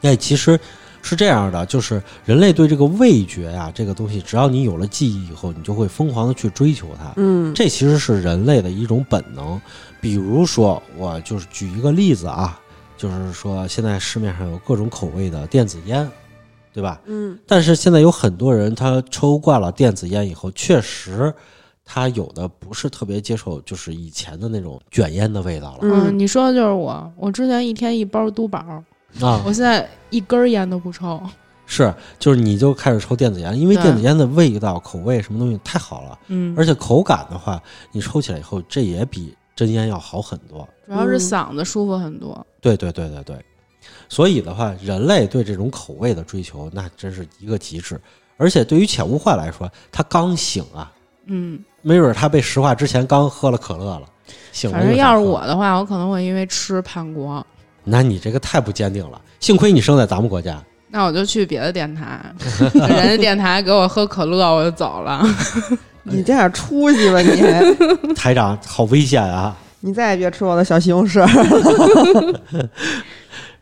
Speaker 3: 哎，其实是这样的，就是人类对这个味觉呀、这个东西，只要你有了记忆以后，你就会疯狂的去追求它。
Speaker 4: 嗯，
Speaker 3: 这其实是人类的一种本能。比如说，我就是举一个例子啊，就是说现在市面上有各种口味的电子烟，对吧？
Speaker 4: 嗯，
Speaker 3: 但是现在有很多人他抽惯了电子烟以后，确实他有的不是特别接受，就是以前的那种卷烟的味道了、
Speaker 4: 嗯
Speaker 2: 你说的就是我。我之前一天一包都宝，
Speaker 3: 啊。
Speaker 2: 我现在一根烟都不抽。
Speaker 3: 是，就是你就开始抽电子烟，因为
Speaker 2: 对
Speaker 3: 电子烟的味道、口味什么东西太好了，
Speaker 2: 嗯，
Speaker 3: 而且口感的话，你抽起来以后，这也比真烟要好很多。
Speaker 2: 主要是
Speaker 4: 嗯
Speaker 2: 嗓子舒服很多。
Speaker 3: 对对对对对，所以的话，人类对这种口味的追求，那真是一个极致。而且对于浅无患来说，他刚醒啊，
Speaker 2: 嗯，
Speaker 3: 没准他被石化之前刚喝了可乐了，醒了。
Speaker 2: 反正要是我，的话，我可能会因为吃叛国，
Speaker 3: 那你这个太不坚定了。幸亏你生在咱们国家，
Speaker 2: 那我就去别的电台，人家电台给我喝可乐，我就走了。
Speaker 4: 你这点出息 吧，你还，
Speaker 3: 台长好危险啊！
Speaker 4: 你再也别吃我的小西红柿。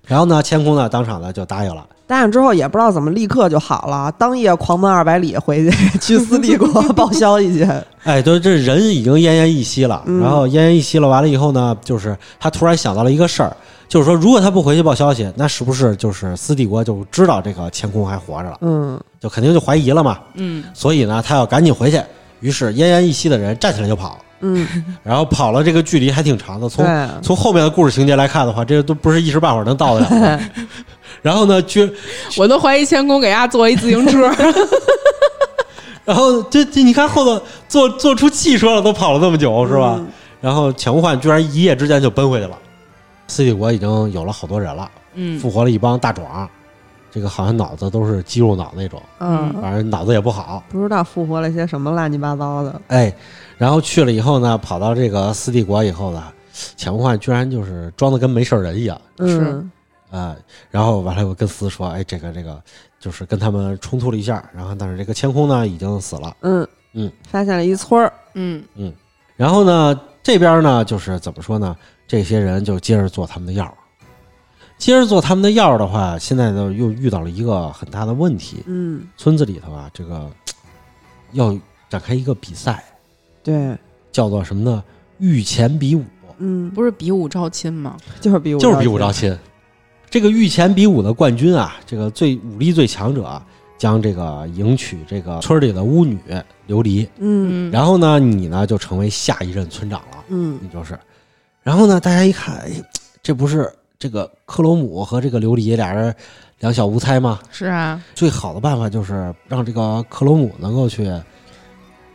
Speaker 3: 然后呢，千空呢当场呢就答应了。
Speaker 4: 答应之后也不知道怎么立刻就好了，当夜狂奔二百里回去去斯帝国报销一去。
Speaker 3: 哎，都这人已经奄奄一息了，
Speaker 4: 嗯
Speaker 3: 然后奄奄一息了，完了以后呢，就是他突然想到了一个事儿，就是说，如果他不回去报消息，那是不是就是斯帝国就知道这个乾空还活着了，
Speaker 4: 嗯，
Speaker 3: 就肯定就怀疑了嘛？
Speaker 2: 嗯，
Speaker 3: 所以呢，他要赶紧回去。于是奄奄一息的人站起来就跑，
Speaker 4: 嗯，
Speaker 3: 然后跑了这个距离还挺长的，从
Speaker 4: 对，
Speaker 3: 从后面的故事情节来看的话，这都不是一时半会儿能到得了 的。然后呢，居
Speaker 2: 我都怀疑千工给丫做一自行车。
Speaker 3: 然后这这你看后头做做出汽车了，都跑了那么久是吧？
Speaker 4: 嗯
Speaker 3: 然后钱无患居然一夜之间就奔回去了。四帝国已经有了好多人了，
Speaker 2: 嗯
Speaker 3: 复活了一帮大壮，这个好像脑子都是肌肉脑那种，
Speaker 4: 嗯，
Speaker 3: 反正脑子也不好。
Speaker 4: 不知道复活了些什么乱七八糟的。
Speaker 3: 哎，然后去了以后呢，跑到这个四帝国以后呢，钱无患居然就是装的跟没事儿人一样
Speaker 4: 嗯，
Speaker 3: 啊、然后完了，我跟思说，哎，这个这个就是跟他们冲突了一下，然后但是这个千空呢已经死了。
Speaker 4: 嗯
Speaker 3: 嗯，
Speaker 4: 发现了一村儿。
Speaker 2: 嗯，
Speaker 3: 然后呢，这边呢就是怎么说呢？这些人就接着做他们的药，接着做他们的药的话，现在呢又遇到了一个很大的问题。
Speaker 4: 嗯，
Speaker 3: 村子里头啊，这个要展开一个比赛，
Speaker 4: 对，
Speaker 3: 叫做什么呢？御前比武，
Speaker 4: 嗯，
Speaker 2: 不是比武招亲吗？
Speaker 4: 就是比武，
Speaker 3: 就是比武招。亲。这个御前比武的冠军啊，这个最武力最强者啊，将这个迎娶这个村里的巫女琉璃，
Speaker 4: 嗯
Speaker 2: 嗯，
Speaker 3: 然后呢，你呢就成为下一任村长了。
Speaker 4: 嗯
Speaker 3: 你就是。然后呢，大家一看，哎，这不是这个克罗姆和这个琉璃俩人两小无猜嘛，
Speaker 2: 是啊，
Speaker 3: 最好的办法就是让这个克罗姆能够去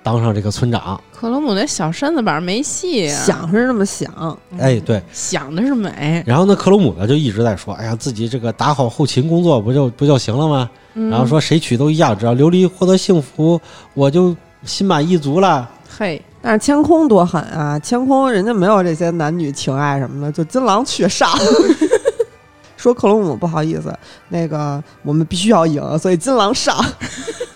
Speaker 3: 当上这个村长。
Speaker 2: 克罗姆那小身子板儿没戏、啊，
Speaker 4: 想是这么想，
Speaker 3: 哎，对。
Speaker 2: 想的是美，
Speaker 3: 然后呢，克罗姆呢就一直在说：“哎呀，自己这个打好后勤工作不就不就行了吗？”然后说谁娶都一样，只要琉璃获得幸福，我就心满意足了。
Speaker 2: 嘿，
Speaker 4: 但是千空多狠啊！千空人家没有这些男女情爱什么的，就金狼去 上。说克隆姆不好意思，那个我们必须要赢，所以金狼上。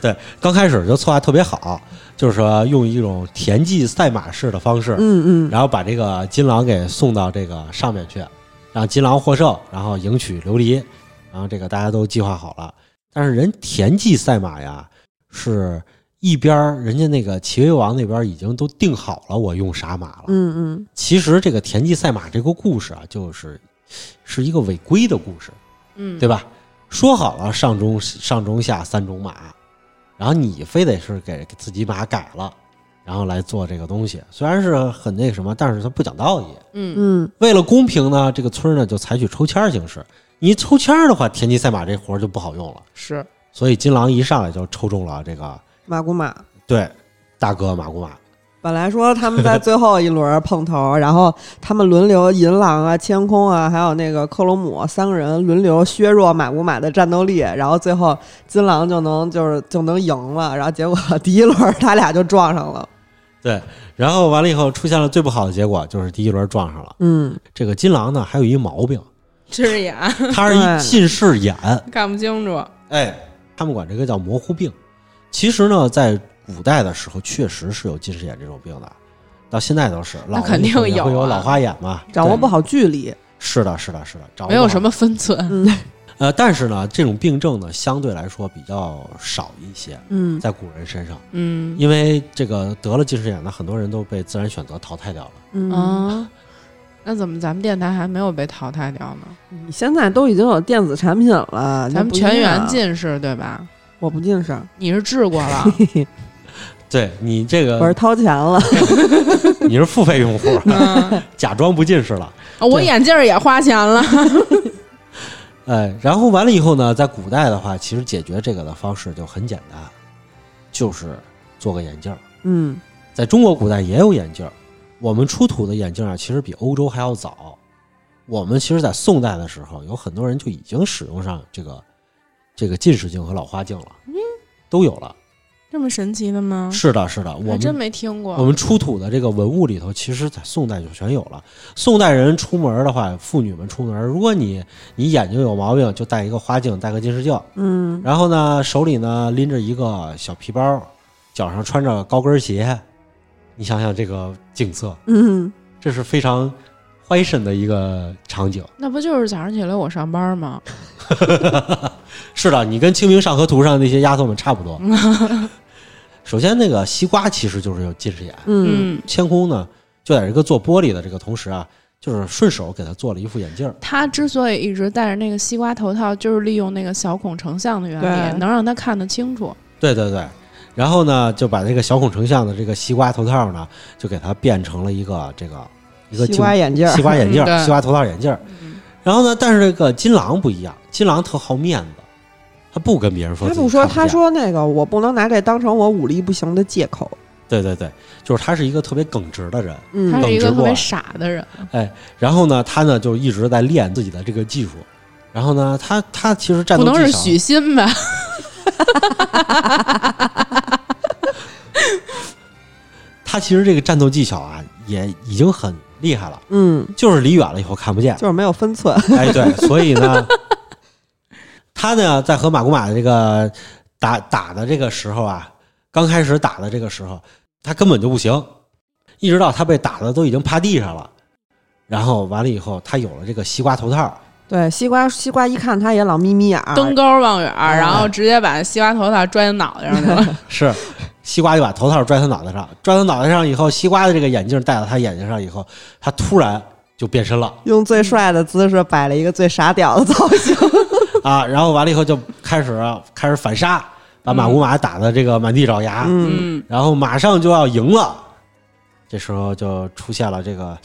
Speaker 3: 对，刚开始就策划特别好，就是说用一种田忌赛马式的方式，
Speaker 4: 嗯嗯，
Speaker 3: 然后把这个金狼给送到这个上面去，让金狼获胜，然后迎娶琉璃，然后这个大家都计划好了。但是人田忌赛马呀，是一边儿人家那个齐威王那边已经都定好了我用啥马了。
Speaker 4: 嗯嗯，
Speaker 3: 其实这个田忌赛马这个故事啊，就是是一个违规的故事，
Speaker 2: 嗯，
Speaker 3: 对吧？说好了上中上中下三种马，然后你非得是给给自己马改了，然后来做这个东西，虽然是很那个什么，但是它不讲道义。
Speaker 2: 嗯，
Speaker 4: 嗯，
Speaker 3: 为了公平呢，这个村儿呢就采取抽签儿形式。你一抽签儿的话，田忌赛马这活儿就不好用了。
Speaker 2: 是，
Speaker 3: 所以金狼一上来就抽中了这个
Speaker 4: 马古马。
Speaker 3: 对大哥马古马，
Speaker 4: 本来说他们在最后一轮碰头，然后他们轮流银狼啊、千空啊，还有那个克隆姆三个人轮流削弱马古马的战斗力，然后最后金狼就能就是就能赢了。然后结果第一轮他俩就撞上了。
Speaker 3: 对，然后完了以后出现了最不好的结果，就是第一轮撞上了。
Speaker 4: 嗯，
Speaker 3: 这个金狼呢，还有一毛病，
Speaker 2: 这是眼
Speaker 3: 他是
Speaker 4: 对
Speaker 3: 一近视眼，
Speaker 2: 看不清楚，
Speaker 3: 哎，他们管这个叫模糊病。其实呢，在古代的时候，确实是有近视眼这种病的，到现在都是。老
Speaker 2: 那肯定
Speaker 3: 一辈也
Speaker 2: 有
Speaker 3: 会有
Speaker 2: 啊
Speaker 3: 老花眼嘛，
Speaker 4: 掌握
Speaker 3: 对
Speaker 4: 不。好距离。
Speaker 3: 是的，是的，是的，掌握
Speaker 2: 没有
Speaker 3: 不好
Speaker 2: 什么分寸，
Speaker 4: 嗯
Speaker 3: 呃，但是呢，这种病症呢，相对来说比较少一些，
Speaker 4: 嗯
Speaker 3: 在古人身上，
Speaker 2: 嗯
Speaker 3: 因为这个得了近视眼的很多人都被自然选择淘汰掉了。
Speaker 4: 嗯，
Speaker 2: 啊，那怎么咱们电台还没有被淘汰掉呢？
Speaker 4: 你嗯现在都已经有电子产品了，
Speaker 2: 咱
Speaker 4: 你
Speaker 2: 们
Speaker 4: 不一样
Speaker 2: 全员，近视对吧？
Speaker 4: 我不近视，
Speaker 2: 你是治过了，
Speaker 3: 对你这
Speaker 4: 我是
Speaker 3: 个，
Speaker 4: 掏钱了。
Speaker 3: 你是付费用户，
Speaker 2: 嗯，
Speaker 3: 假装不近视了。
Speaker 2: 啊我眼镜儿也花钱了，
Speaker 3: 哎，然后完了以后呢，在古代的话，其实解决这个的方式就很简单，就是做个眼镜儿。
Speaker 4: 嗯
Speaker 3: 在中国古代也有眼镜儿，我们出土的眼镜啊，其实比欧洲还要早。我们其实，在宋代的时候，有很多人就已经使用上这个这个近视镜和老花镜了，都有了。
Speaker 2: 这么神奇的吗？
Speaker 3: 是的，是的，我
Speaker 2: 还真
Speaker 3: 们
Speaker 2: 没听过，
Speaker 3: 我们出土的这个文物里头，其实在宋代就全有了。宋代人出门的话，妇女们出门，如果你你眼睛有毛病，就戴一个花镜，戴个近视镜，
Speaker 4: 嗯，
Speaker 3: 然后呢，手里呢拎着一个小皮包，脚上穿着高跟鞋，你想想这个景色，
Speaker 4: 嗯，
Speaker 3: 这是非常 fashion 的一个场景。
Speaker 2: 那不就是早上起来我上班吗？
Speaker 3: 是的，你跟《清明上河图》上那些丫头们差不多。 首先，那个西瓜其实就是有近视眼，
Speaker 4: 嗯，
Speaker 3: 千空呢就在这个做玻璃的这个同时啊，就是顺手给他做了一副眼镜儿。
Speaker 2: 他之所以一直戴着那个西瓜头套，就是利用那个小孔成像的原理，
Speaker 4: 对
Speaker 2: 能让他看得清楚。
Speaker 3: 对对对，然后呢就把这个小孔成像的这个西瓜头套呢，就给它变成了一个这个一个
Speaker 4: 西瓜
Speaker 3: 镜
Speaker 4: 眼镜儿，
Speaker 3: 西瓜眼
Speaker 2: 嗯
Speaker 3: 镜儿、
Speaker 2: 对
Speaker 3: 西瓜头套眼镜儿。然后呢，但是这个金狼不一样，金狼特好面子，他不跟别人说
Speaker 4: 他
Speaker 3: 自己
Speaker 4: 不说，
Speaker 3: 看
Speaker 4: 他
Speaker 3: 见
Speaker 4: 说那个我不能拿这当成我武力不行的借口。
Speaker 3: 对对对，就是他是一个特别耿直的人。
Speaker 2: 他
Speaker 4: 嗯
Speaker 2: 是一个
Speaker 3: 耿直
Speaker 2: 特
Speaker 3: 过
Speaker 2: 别
Speaker 3: 来
Speaker 2: 傻的人，
Speaker 3: 然后呢，他呢就一直在练自己的这个技术。然后呢，他他其实战
Speaker 2: 不
Speaker 3: 斗
Speaker 2: 能
Speaker 3: 技
Speaker 2: 是
Speaker 3: 巧啊
Speaker 2: 许昕吧？
Speaker 3: 他其实这个战斗技巧啊也已经很厉害了，
Speaker 4: 嗯，
Speaker 3: 就是离远了以后看不见。
Speaker 4: 就是没有分寸。
Speaker 3: 哎，对，所以呢，他呢在和马古马的这个打打的这个时候啊，刚开始打的这个时候，他根本就不行，一直到他被打的都已经趴地上了，然后完了以后，他有了这个西瓜头套，
Speaker 4: 对，西瓜西瓜一看他也老眯眯眼儿，
Speaker 2: 登高望远，然后直接把西瓜头套拽脑袋上去了。
Speaker 3: 是西瓜就把头套拽他脑袋上，拽他脑袋上以后，西瓜的这个眼镜戴到他眼睛上以后，他突然就变身了。
Speaker 4: 用最帅的姿势摆了一个最傻屌的造型。
Speaker 3: 啊，然后完了以后就开始开始反杀，把马古马打的这个满地找牙，
Speaker 2: 嗯，
Speaker 3: 然后马上就要赢了，这时候就出现了这个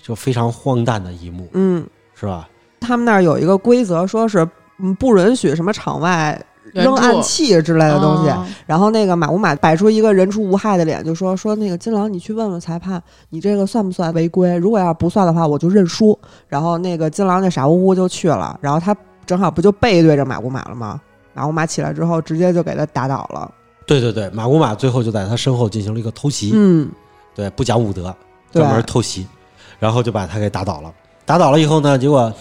Speaker 3: 就非常荒诞的一幕，
Speaker 4: 嗯，
Speaker 3: 是吧？
Speaker 4: 他们那儿有一个规则，说是嗯不允许什么场外
Speaker 2: 援
Speaker 4: 扔
Speaker 2: 助
Speaker 4: 暗器之类的东西。
Speaker 2: 哦
Speaker 4: 然后那个马五马摆出一个人畜无害的脸，就说说那个金狼，你去问问裁判，你这个算不算违规？如果要不算的话，我就认输。然后那个金狼那傻乎乎就去了，然后他正好不就背对着马五马了吗？马五马起来之后，直接就给他打倒了。
Speaker 3: 对对对，马古马最后就在他身后进行了一个偷袭，
Speaker 4: 嗯，
Speaker 3: 对，不讲武德，
Speaker 4: 对
Speaker 3: 专门偷袭，然后就把他给打倒了。打倒了以后呢，结果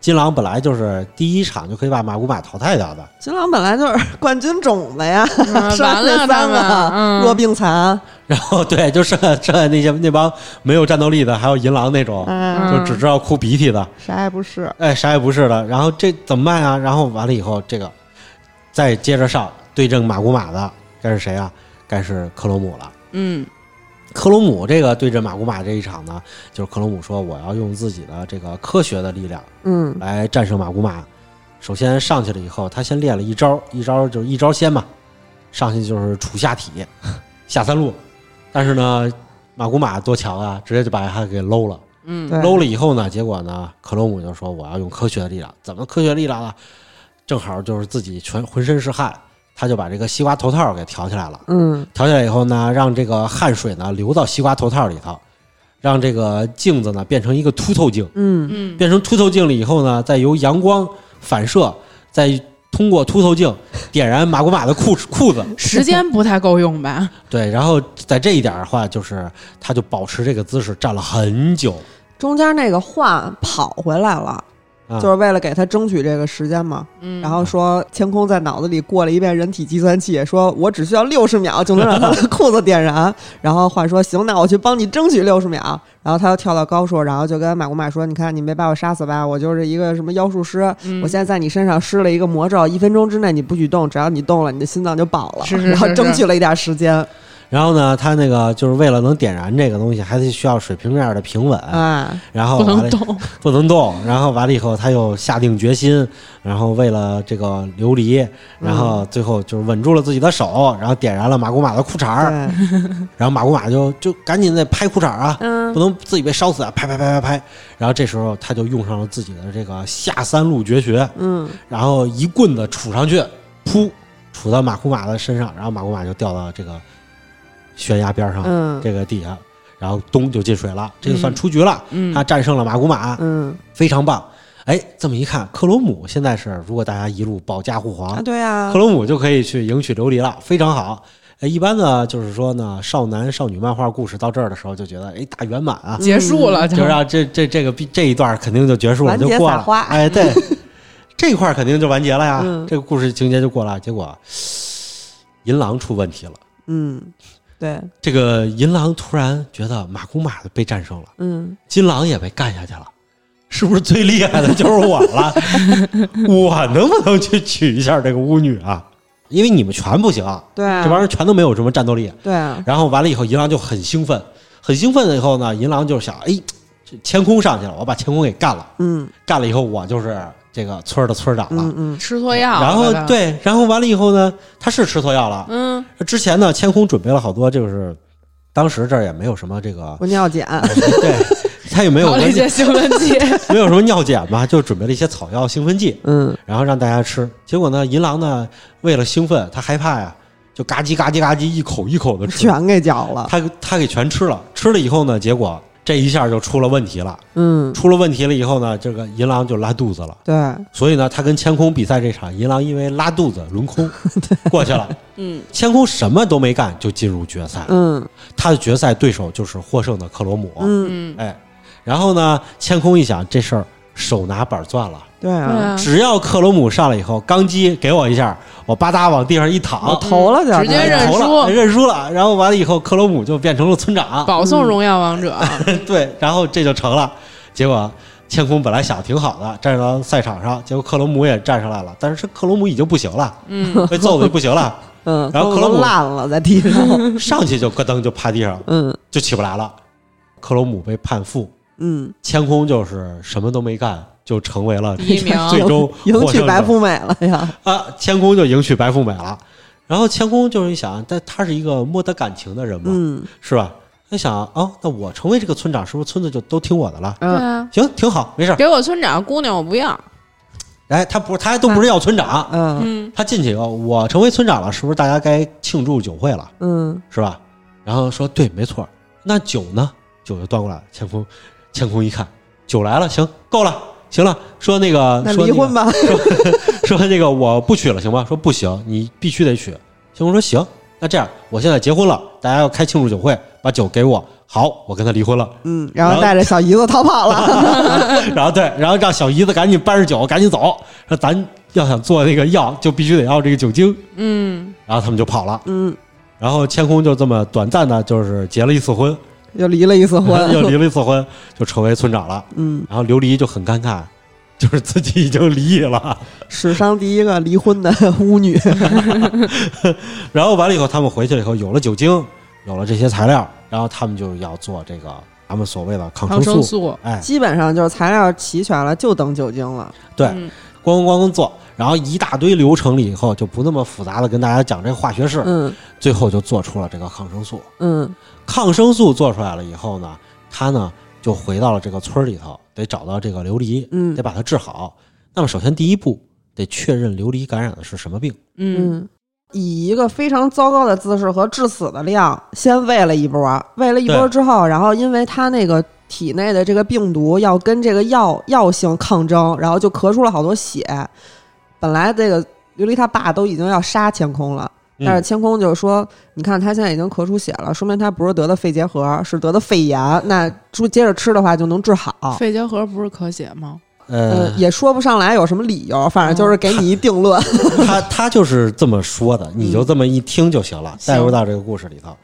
Speaker 3: 金狼本来就是第一场就可以把马古马淘汰掉的，
Speaker 4: 金狼本来就是冠军种子呀，
Speaker 2: 嗯
Speaker 4: 上
Speaker 2: 完
Speaker 4: 那
Speaker 2: 了，他
Speaker 4: 三
Speaker 2: 们
Speaker 4: 个、
Speaker 2: 嗯
Speaker 4: 弱病残，
Speaker 3: 然后对，就剩下剩下那些那帮没有战斗力的，还有银狼那种，
Speaker 4: 哎，
Speaker 3: 就只知道哭鼻涕的，
Speaker 4: 啥也不是。
Speaker 3: 哎，啥也不是的。然后这怎么办啊？然后完了以后，这个再接着上对阵马古马的该是谁啊？该是克罗姆了。
Speaker 2: 嗯
Speaker 3: 克罗姆这个对阵马古马这一场呢，就是克罗姆说我要用自己的这个科学的力量
Speaker 4: 嗯
Speaker 3: 来战胜马古马。首先上去了以后，他先练了一招，一招就是一招先嘛，上去就是杵下体，下三路。但是呢，马古马多强啊，直接就把他给搂了。
Speaker 2: 嗯
Speaker 4: 对
Speaker 3: 搂了以后呢，结果呢，克罗姆就说我要用科学的力量，怎么科学力量呢？正好就是自己全浑身是汗，他就把这个西瓜头套给挑起来了。
Speaker 4: 嗯，
Speaker 3: 调起来以后呢，让这个汗水呢流到西瓜头套里头，让这个镜子呢变成一个凸透镜，
Speaker 4: 嗯，
Speaker 2: 嗯，
Speaker 3: 变成凸透镜了以后呢，再由阳光反射，再通过凸透镜点燃马古马的裤裤子。
Speaker 2: 时间不太够用吧？
Speaker 3: 对，然后在这一点的话，就是他就保持这个姿势站了很久。
Speaker 4: 中间那个换跑回来了，
Speaker 3: 啊、
Speaker 4: 就是为了给他争取这个时间嘛。
Speaker 2: 嗯，
Speaker 4: 然后说，天空在脑子里过了一遍人体计算器，说我只需要六十秒就能让他的裤子点燃。然后幻说，行，那我去帮你争取六十秒。然后他又跳到高处，然后就跟马古玛说，你看你没把我杀死吧？我就是一个什么妖术师，
Speaker 2: 嗯
Speaker 4: 我现在在你身上施了一个魔咒，一分钟之内你不许动，只要你动了，你的心脏就爆了。
Speaker 2: 是是是
Speaker 4: 然后
Speaker 2: 是
Speaker 4: 争取了一点时间
Speaker 3: 然后呢，他那个就是为了能点燃这个东西，还得需要水平面的平稳，
Speaker 4: 啊，
Speaker 3: 然后
Speaker 2: 不
Speaker 3: 完了
Speaker 2: 能动，
Speaker 3: 不能动。然后完了以后，他又下定决心，然后为了这个
Speaker 2: 嗯
Speaker 3: 琉璃，然后最后就是稳住了自己的手，然后点燃了马古马的裤衩儿，
Speaker 4: 对，
Speaker 2: 嗯
Speaker 3: 然后马古马就就赶紧得拍裤衩儿啊，
Speaker 4: 嗯
Speaker 3: 不能自己被烧死啊，拍拍拍拍拍。然后这时候他就用上了自己的这个下三路绝学，
Speaker 4: 嗯，
Speaker 3: 然后一棍子杵上去，噗，杵到马古马的身上，然后马古马就掉到这个悬崖边上，
Speaker 4: 嗯
Speaker 3: 这个地下，然后咚就进水了，这就算
Speaker 2: 嗯
Speaker 3: 出局了，
Speaker 2: 嗯
Speaker 3: 他战胜了马古马，
Speaker 4: 嗯
Speaker 3: 非常棒。哎，这么一看，克罗姆现在是，如果大家一路保驾护
Speaker 4: 啊，
Speaker 3: 航，
Speaker 4: 对呀
Speaker 3: 克，罗姆就可以去迎娶琉璃了，非常好。哎，一般呢，就是说呢，少男少女漫画故事到这儿的时候，就觉得哎大圆满啊，
Speaker 2: 结束了，
Speaker 3: 就让这这这个这一段肯定就结束了，
Speaker 4: 嗯完
Speaker 3: 就
Speaker 4: 结
Speaker 3: 过
Speaker 4: 撒
Speaker 3: 了
Speaker 4: 花。
Speaker 3: 哎， 对，这一块儿肯定就完结了呀，
Speaker 4: 嗯
Speaker 3: 这个故事情节就过了。结果银狼出问题了，
Speaker 4: 嗯，对，
Speaker 3: 这个银狼突然觉得马古马被战胜了。
Speaker 4: 嗯。
Speaker 3: 金狼也被干下去了，是不是最厉害的 就是我了？我能不能去娶一下这个巫女啊？因为你们全不行，
Speaker 4: 对啊，
Speaker 3: 这帮人全都没有什么战斗力。
Speaker 4: 对啊，
Speaker 3: 然后完了以后，银狼就很兴奋，很兴奋了以后呢，银狼就想，哎，这天空上去了，我把天空给干了，
Speaker 4: 嗯
Speaker 3: 干了以后我就是这个村儿的村长了。
Speaker 4: 嗯 嗯，
Speaker 2: 吃错药，
Speaker 3: 然后
Speaker 2: 我的，
Speaker 3: 对，然后完了以后呢，他是吃错药了。
Speaker 2: 嗯，
Speaker 3: 之前呢，天空准备了好多，就是当时这儿也没有什么这个，
Speaker 4: 我尿检，
Speaker 3: 对，他也没有
Speaker 2: 搞了
Speaker 3: 文
Speaker 2: 一 些兴奋剂，
Speaker 3: 没有什么尿检嘛，就准备了一些草药兴奋剂，
Speaker 4: 嗯
Speaker 3: 然后让大家吃。结果呢，银狼呢为了兴奋，他害怕呀，就嘎叽嘎叽嘎叽一口一口的吃，
Speaker 4: 全给搅了，
Speaker 3: 他他给全吃了。吃了以后呢，结果这一下就出了问题了。
Speaker 4: 嗯，
Speaker 3: 出了问题了以后呢，这个银狼就拉肚子了。
Speaker 4: 对，
Speaker 3: 所以呢，他跟千空比赛这场，银狼因为拉肚子轮空过去了。
Speaker 2: 嗯，
Speaker 3: 千空什么都没干就进入决赛，
Speaker 4: 嗯
Speaker 3: 他的决赛对手就是获胜的克罗姆。
Speaker 4: 嗯，
Speaker 2: 嗯，
Speaker 3: 哎，然后呢，千空一想这事儿手拿板攥了。
Speaker 4: 对
Speaker 2: 对
Speaker 4: 啊，
Speaker 2: 啊，
Speaker 3: 只要克罗姆上来以后，钢机给我一下，我吧嗒往地上一
Speaker 4: 我
Speaker 3: 躺，
Speaker 4: 投了点儿，
Speaker 2: 直接哦认
Speaker 3: 投
Speaker 2: 输
Speaker 3: 了，认输了。然后完了以后，克罗姆就变成了 村长，
Speaker 2: 保送荣耀王者，
Speaker 3: 对，然后这就成了。结果千空本来想挺好的，站到赛场上，结果克罗姆也站上来了，但是克罗姆已经不行了，
Speaker 2: 嗯，
Speaker 3: 被揍的就不行了，
Speaker 4: 嗯，
Speaker 3: 然后克
Speaker 4: 都
Speaker 3: 罗姆
Speaker 4: 烂了在 地上，
Speaker 3: 上去就咯噔就趴地上，
Speaker 4: 嗯
Speaker 3: 就起不来了。克罗姆被判负，
Speaker 4: 嗯，
Speaker 3: 千空就是什么都没干，就成为了
Speaker 2: 第一名
Speaker 3: 最终
Speaker 4: 迎
Speaker 3: 获
Speaker 4: 娶
Speaker 3: 胜
Speaker 4: 白
Speaker 3: 者
Speaker 4: 富美了呀，
Speaker 3: 啊，千空就迎娶白富美了。然后千空就是一想，但他是一个没得感情的人嘛，
Speaker 4: 嗯
Speaker 3: 是吧？他想哦，那我成为这个村长，是不是村子就都听我的了？
Speaker 2: 对
Speaker 4: 嗯，
Speaker 2: 啊，
Speaker 3: 行，挺好，没事儿。
Speaker 6: 给我村长姑娘我不要，
Speaker 3: 哎，他不是，他还都不是要村长，
Speaker 2: 啊
Speaker 4: 嗯
Speaker 6: 嗯，
Speaker 3: 他进去以后，我成为村长了，是不是大家该庆祝酒会了，
Speaker 4: 嗯，
Speaker 3: 是吧？然后说对，没错儿。那酒呢？酒就端过来了。千空，千空一看，酒来了，行，够了，行了。说那个，
Speaker 4: 那
Speaker 3: 说
Speaker 4: 离
Speaker 3: 那个
Speaker 4: 婚吧，
Speaker 3: 说那个我不娶了，行吗？说不行，你必须得娶。秦红说行，那这样我现在结婚了，大家要开庆祝酒会，把酒给我。好，我跟他离婚了。
Speaker 4: 嗯，然后带着小姨子逃跑 了，
Speaker 3: 然后对， 然后让小姨子赶紧搬着酒，赶紧走。说咱要想做那个药，就必须得要这个酒精。
Speaker 6: 嗯，
Speaker 3: 然后他们就跑了。
Speaker 4: 嗯，
Speaker 3: 然后千空就这么短暂的，就是结了一次婚，
Speaker 4: 又离了一 次
Speaker 3: 又
Speaker 4: 婚，
Speaker 3: 离了一次婚，就成为村长了。
Speaker 4: 嗯，
Speaker 3: 然后琉璃就很尴尬，就是自己已经离异了。
Speaker 4: 史上第一个离婚的 巫女，
Speaker 3: 然后完了以后，他们回去了以后，有了酒精，有了这些材料，然后他们就要做这个咱们所谓的抗
Speaker 6: 抗
Speaker 3: 生
Speaker 6: 生
Speaker 3: 素。
Speaker 6: 素，
Speaker 3: 哎，
Speaker 4: 基本上就是材料齐全了，就等酒精了。
Speaker 3: 对，
Speaker 6: 嗯
Speaker 3: 咣咣咣咣做，然后一大堆流程了以后，就不那么复杂的跟大家讲这个化学式，
Speaker 4: 嗯
Speaker 3: 最后就做出了这个抗生素。
Speaker 4: 嗯
Speaker 3: 抗生素做出来了以后呢，他呢就回到了这个村儿里头，得找到这个琉璃，
Speaker 4: 嗯
Speaker 3: 得把它治好。那么首先第一步得确认琉璃感染的是什么病。
Speaker 6: 嗯，
Speaker 4: 嗯，以一个非常糟糕的姿势和致死的量，先喂了一波，喂了一波
Speaker 3: 对
Speaker 4: 之后，然后因为他那个体内的这个病毒要跟这个药药性抗争，然后就咳出了好多血。本来这个琉璃他爸都已经要杀千空了。
Speaker 3: 嗯
Speaker 4: 但是千空就说：“你看他现在已经咳出血了，说明他不是得的肺结核，是得的肺炎。那猪接着吃的话就能治好。
Speaker 2: 肺结核不是咳血吗？
Speaker 3: 呃
Speaker 4: 嗯，，也说不上来有什么理由，反正就是给你一定论。
Speaker 3: 他他就是这么说的，你就这么一听就行
Speaker 6: 嗯
Speaker 3: 了，带入到这个故事里头。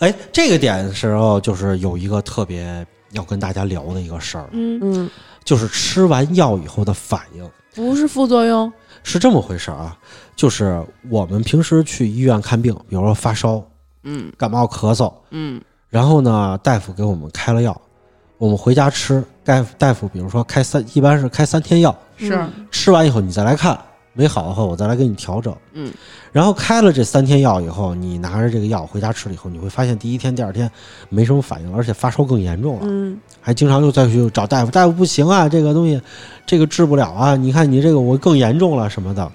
Speaker 3: 哎，这个点时候就是有一个特别要跟大家聊的一个事儿，
Speaker 6: 嗯，
Speaker 4: 嗯
Speaker 3: 就是吃完药以后的反应
Speaker 2: 不是副作用，
Speaker 3: 是这么回事儿啊，就是我们平时去医院看病，比如说发烧、
Speaker 6: 嗯
Speaker 3: 感冒、咳嗽，
Speaker 6: 嗯
Speaker 3: 然后呢，大夫给我们开了药，我们回家吃，大夫大夫比如说开三，一般是开三天药，
Speaker 6: 是，
Speaker 2: 嗯
Speaker 3: 吃完以后你再来看，没好的话我再来给你调整。
Speaker 6: 嗯，
Speaker 3: 然后开了这三天药以后，你拿着这个药回家吃了以后，你会发现第一天、第二天没什么反应，而且发烧更严重了，
Speaker 4: 嗯
Speaker 3: 还经常又再去找大夫，大夫不行啊，这个东西这个治不了啊，你看你这个我更严重了什么的。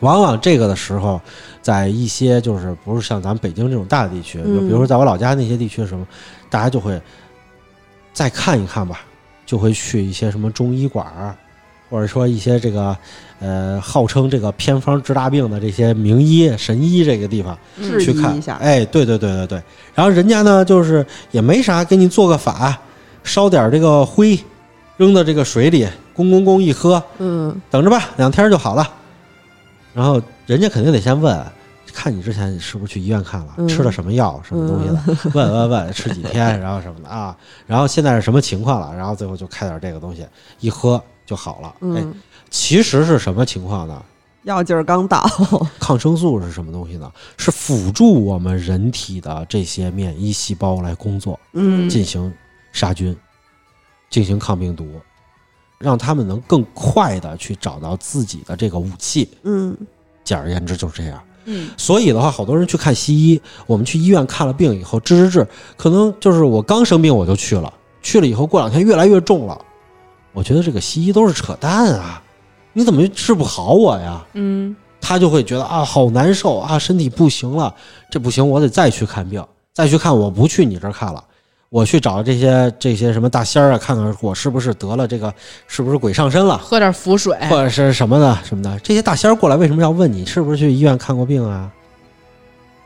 Speaker 3: 往往这个的时候，在一些就是不是像咱们北京这种大的地区，
Speaker 4: 嗯
Speaker 3: 比如说在我老家那些地区什么，大家就会再看一看吧，就会去一些什么中医馆啊儿，或者说一些这个呃号称这个偏方治大病的这些名医神医这个地方
Speaker 2: 嗯
Speaker 4: 质疑
Speaker 3: 去看
Speaker 4: 一下
Speaker 3: 哎，对对对对对，然后人家呢就是也没啥，给你做个法，啊烧点这个灰，扔到这个水里，咣咣咣一喝，
Speaker 4: 嗯
Speaker 3: 等着吧，两天就好了。然后人家肯定得先问，看你之前是不是去医院看了，
Speaker 4: 嗯
Speaker 3: 吃了什么药，什么东西的， 问问问吃几天，然后什么的啊，然后现在是什么情况了，然后最后就开点这个东西，一喝就好了。哎，
Speaker 4: 嗯，
Speaker 3: 其实是什么情况呢？
Speaker 4: 药劲儿刚到，
Speaker 3: 抗生素是什么东西呢？是辅助我们人体的这些免疫细胞来工作，
Speaker 4: 嗯
Speaker 3: 进行杀菌，进行抗病毒，让他们能更快的去找到自己的这个武器。
Speaker 4: 嗯
Speaker 3: 简而言之就是这样。
Speaker 6: 嗯，
Speaker 3: 所以的话，好多人去看西医，我们去医院看了病以后治治治，可能就是我刚生病我就去了，去了以后过两天越来越重了。我觉得这个西医都是扯淡啊！你怎么治不好我呀？
Speaker 6: 嗯
Speaker 3: 他就会觉得啊，好难受啊，身体不行了，这不行，我得再去看病，再去看，我不去你这儿看了，我去找这些这些什么大仙儿啊，看看我是不是得了这个，是不是鬼上身了，
Speaker 6: 喝点符
Speaker 4: 哎
Speaker 6: 水，
Speaker 3: 或者是什么的什么的。这些大仙儿过来为什么要问你是不是去医院看过病啊？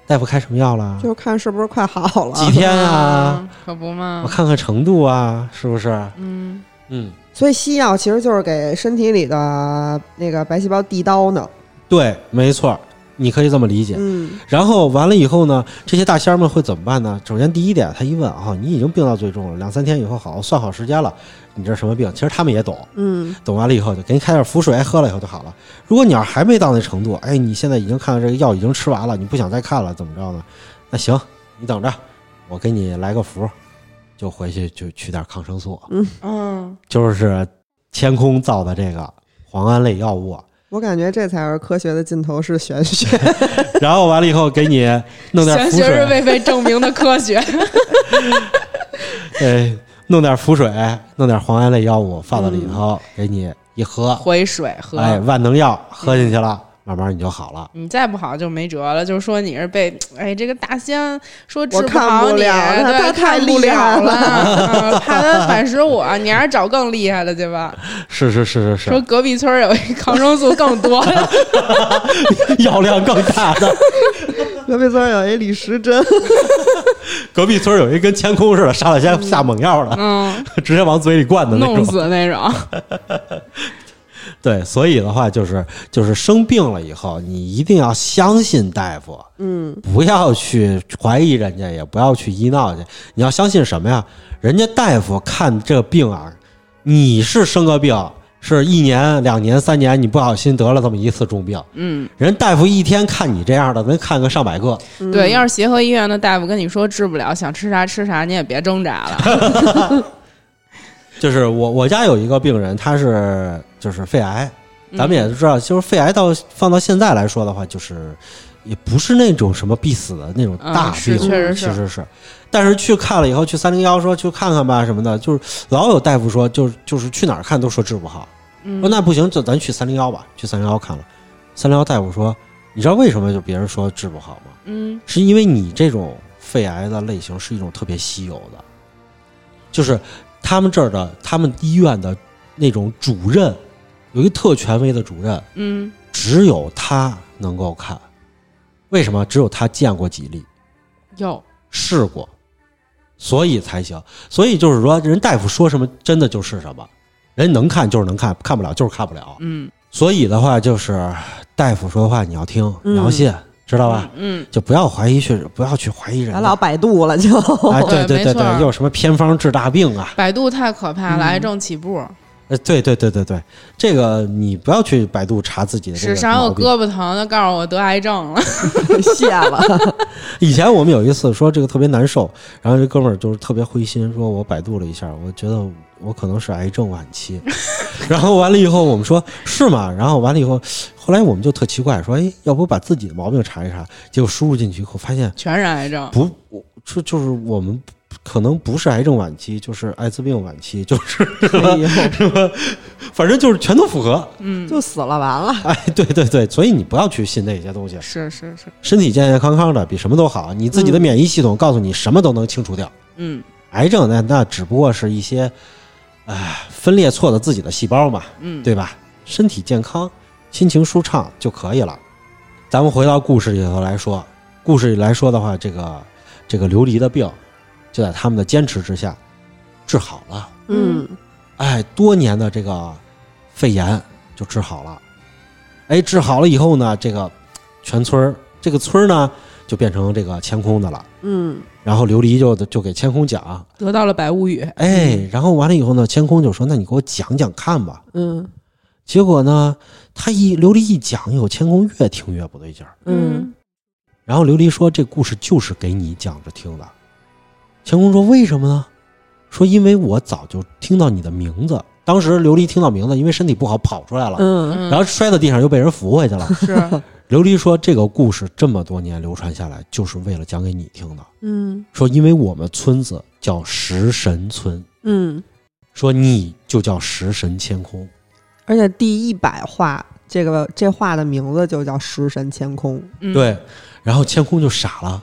Speaker 3: 大夫开什么药了？
Speaker 4: 就是看是不是快好了。
Speaker 3: 几天啊？，
Speaker 6: 可不
Speaker 4: 嗯
Speaker 6: 嘛
Speaker 3: 我，看看程度啊，是不是？
Speaker 6: 嗯
Speaker 3: 嗯，
Speaker 4: 所以西药其实就是给身体里的那个白细胞递刀呢。
Speaker 3: 对，没错儿，你可以这么理解。
Speaker 4: 嗯
Speaker 3: 然后完了以后呢，这些大仙儿们会怎么办呢？首先第一点，他一问啊，你已经病到最重了，两三天以后好，算好时间了，你这是什么病？其实他们也懂，
Speaker 4: 嗯
Speaker 3: 懂完了以后就给你开点符水，喝了以后就好了。如果你要是还没到那程度，哎，你现在已经看到这个药已经吃完了，你不想再看了，怎么着呢？那行，你等着，我给你来个符，就回去就取点抗生素，
Speaker 6: 嗯
Speaker 3: 就是天空造的这个磺胺类药物，
Speaker 4: 我感觉这才是科学的尽头是玄学。
Speaker 3: 然后完了以后给你弄点
Speaker 2: 玄
Speaker 3: 符
Speaker 2: 学是
Speaker 3: 水，
Speaker 2: 未被证明的科 学。
Speaker 3: 哎，弄点符水，弄点磺胺类药物放到里头，给你一喝，
Speaker 2: 回水嗯喝，
Speaker 3: 哎，万能药喝进去了，慢慢你就好了。
Speaker 2: 你再不好就没辙了。就是说你是被哎这个大仙说治
Speaker 4: 我看
Speaker 2: 好
Speaker 4: 不
Speaker 2: 你，
Speaker 4: 了他
Speaker 2: 对
Speaker 4: 他太
Speaker 2: 看不
Speaker 4: 厉害
Speaker 2: 了了， 嗯怕他反噬我，你还是找更厉害的去吧。
Speaker 3: 是是是是
Speaker 2: 说隔壁村儿有一抗生素更多 的，
Speaker 3: 是，药量更大的。
Speaker 4: 隔壁村有一李时珍，
Speaker 3: 隔壁村有一跟监控似的，上来先下猛药了，
Speaker 2: 嗯，
Speaker 3: 直接往嘴里灌的那
Speaker 2: 弄
Speaker 3: 种。
Speaker 2: 死那种。
Speaker 3: 对，所以的话就是就是生病了以后，你一定要相信大夫，
Speaker 4: 嗯，
Speaker 3: 不要去怀疑人家，也不要去医闹去。你要相信什么呀？人家大夫看这病啊，你是生个病，是一年、两年、三年，你不小心得了这么一次重病，
Speaker 2: 嗯，
Speaker 3: 人大夫一天看你这样的，能看个上百个。
Speaker 4: 嗯
Speaker 2: 对，要是协和医院的大夫跟你说治不了，想吃啥吃啥，你也别挣扎 了。
Speaker 3: 就是我我家有一个病人，他是就是肺癌，
Speaker 2: 嗯
Speaker 3: 咱们也知道，就是肺癌到放到现在来说的话，就是也不是那种什么必死的那种大
Speaker 2: 嗯
Speaker 3: 病，
Speaker 2: 是确实
Speaker 3: 其
Speaker 2: 是
Speaker 3: 实是。但是去看了以后，去三零幺说去看看吧什么的，就是老有大夫说，就是就是去哪儿看都说治不好。
Speaker 2: 嗯
Speaker 3: 说那不行，就咱去三零幺吧，去三零幺看了。三零幺大夫说，你知道为什么就别人说治不好吗？
Speaker 2: 嗯，
Speaker 3: 是因为你这种肺癌的类型是一种特别稀有的，就是他们这儿的他们医院的那种主任，有一个特权威的主任，
Speaker 2: 嗯，
Speaker 3: 只有他能够看。为什么？只有他见过几例，
Speaker 2: 有
Speaker 3: 试过，所以才行。所以就是说，人大夫说什么，真的就是什么。人能看就是能看，看不了就是看不了。
Speaker 2: 嗯，
Speaker 3: 所以的话，就是大夫说的话你要听，你要信，知道吧？
Speaker 2: 嗯，
Speaker 3: 就不要怀疑去，不要去怀疑人家。
Speaker 4: 咱老百度了就。
Speaker 3: 哎，对
Speaker 2: 对没
Speaker 3: 对对
Speaker 2: 错
Speaker 3: 对，
Speaker 2: 儿
Speaker 3: 又有什么偏方治大病啊？
Speaker 2: 百度太可怕了，癌症起步，
Speaker 3: 呃，对对对对对，这个你不要去百度查自己的这
Speaker 2: 史
Speaker 3: 个
Speaker 2: 上
Speaker 3: 毛
Speaker 2: 有
Speaker 3: 病。
Speaker 2: 胳膊疼的告诉我得癌症了，
Speaker 4: 谢了，
Speaker 3: 以前我们有一次说这个特别难受，然后这哥们儿就是特别灰心，说我百度了一下，我觉得我可能是癌症晚期。然后完了以后，我们说是吗？然后完了以后，后来我们就特奇怪，说哎，要不把自己的毛病查一查？结果输入进去以后，发现
Speaker 2: 全是癌症。
Speaker 3: 不，我就就是我们可能不是癌症晚期，就是艾滋病晚期，就是
Speaker 4: 哎呦
Speaker 3: 反正就是全都符合。
Speaker 2: 嗯，
Speaker 4: 就死了，完了。
Speaker 3: 哎，对对对，所以你不要去信那些东西，
Speaker 2: 是是是，
Speaker 3: 身体健健康康的比什么都好。你自己的免疫系统告诉你什么都能清除掉，
Speaker 2: 嗯
Speaker 3: 癌症那那只不过是一些，哎，分裂错的自己的细胞嘛，
Speaker 2: 嗯，
Speaker 3: 对吧？身体健康，心情舒畅就可以了。咱们回到故事里头来说，故事里来说的话，这个这个琉璃的病，就在他们的坚持之下治好了。
Speaker 4: 嗯，
Speaker 3: 哎，多年的这个肺炎就治好了。哎，治好了以后呢，这个全村儿，这个村儿呢就变成这个千空的了。
Speaker 4: 嗯，
Speaker 3: 然后琉璃就就给千空讲，
Speaker 2: 得到了百物语。
Speaker 3: 哎，然后完了以后呢，千空就说：“那你给我讲讲看吧。
Speaker 4: 嗯，”
Speaker 3: 结果呢，他一琉璃一讲，有千空越听越不对劲儿。
Speaker 4: 嗯，
Speaker 3: 然后琉璃说：“这故事就是给你讲着听的。”乾坤说：“为什么呢？”说：“因为我早就听到你的名字。当时琉璃听到名字，因为身体不好跑出来了，
Speaker 4: 嗯，
Speaker 2: 嗯，。
Speaker 3: 然后摔到地上又被人扶回去了
Speaker 2: 是，
Speaker 3: 琉璃说：‘这个故事这么多年流传下来，就是为了讲给你听的。
Speaker 4: 嗯，
Speaker 3: 说因为我们村子叫食神村，
Speaker 4: 嗯，
Speaker 3: 说你就叫食神千空。
Speaker 4: 而且第一百话这个这话的名字就叫“食神千空
Speaker 2: 嗯，
Speaker 3: 对，然后千空就傻了，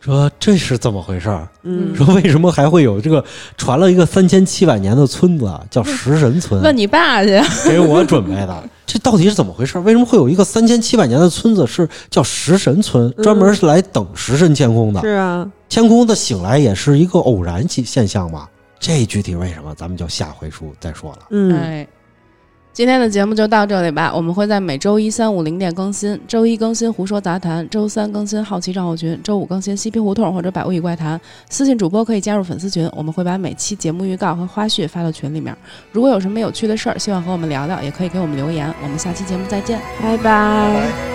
Speaker 3: 说这是怎么回事儿？”。
Speaker 4: 嗯，
Speaker 3: 说为什么还会有这个传了一个三千七百年的村子啊，叫食神
Speaker 2: 嗯问
Speaker 3: 村，
Speaker 2: 你爸去。
Speaker 3: 给我准备的，这到底是怎么回事？为什么会有一个三千七百年的村子是叫食神村，
Speaker 4: 嗯
Speaker 3: 专门是来等食神天空的
Speaker 4: 是？啊，
Speaker 3: 天空的醒来也是一个偶然现现象嘛？这具体为什么，咱们就下回书再说了。
Speaker 4: 嗯，
Speaker 2: 哎，今天的节目就到这里吧。我们会在每周一、三、五零点更新，周一更新《胡说杂谈》，周三更新《好奇账号群》，周五更新《嬉皮胡同》或者《百物语怪谈》。私信主播可以加入粉丝群，我们会把每期节目预告和花絮发到群里面。如果有什么有趣的事儿，希望和我们聊聊，也可以给我们留言。我们下期节目再见。
Speaker 1: 拜拜。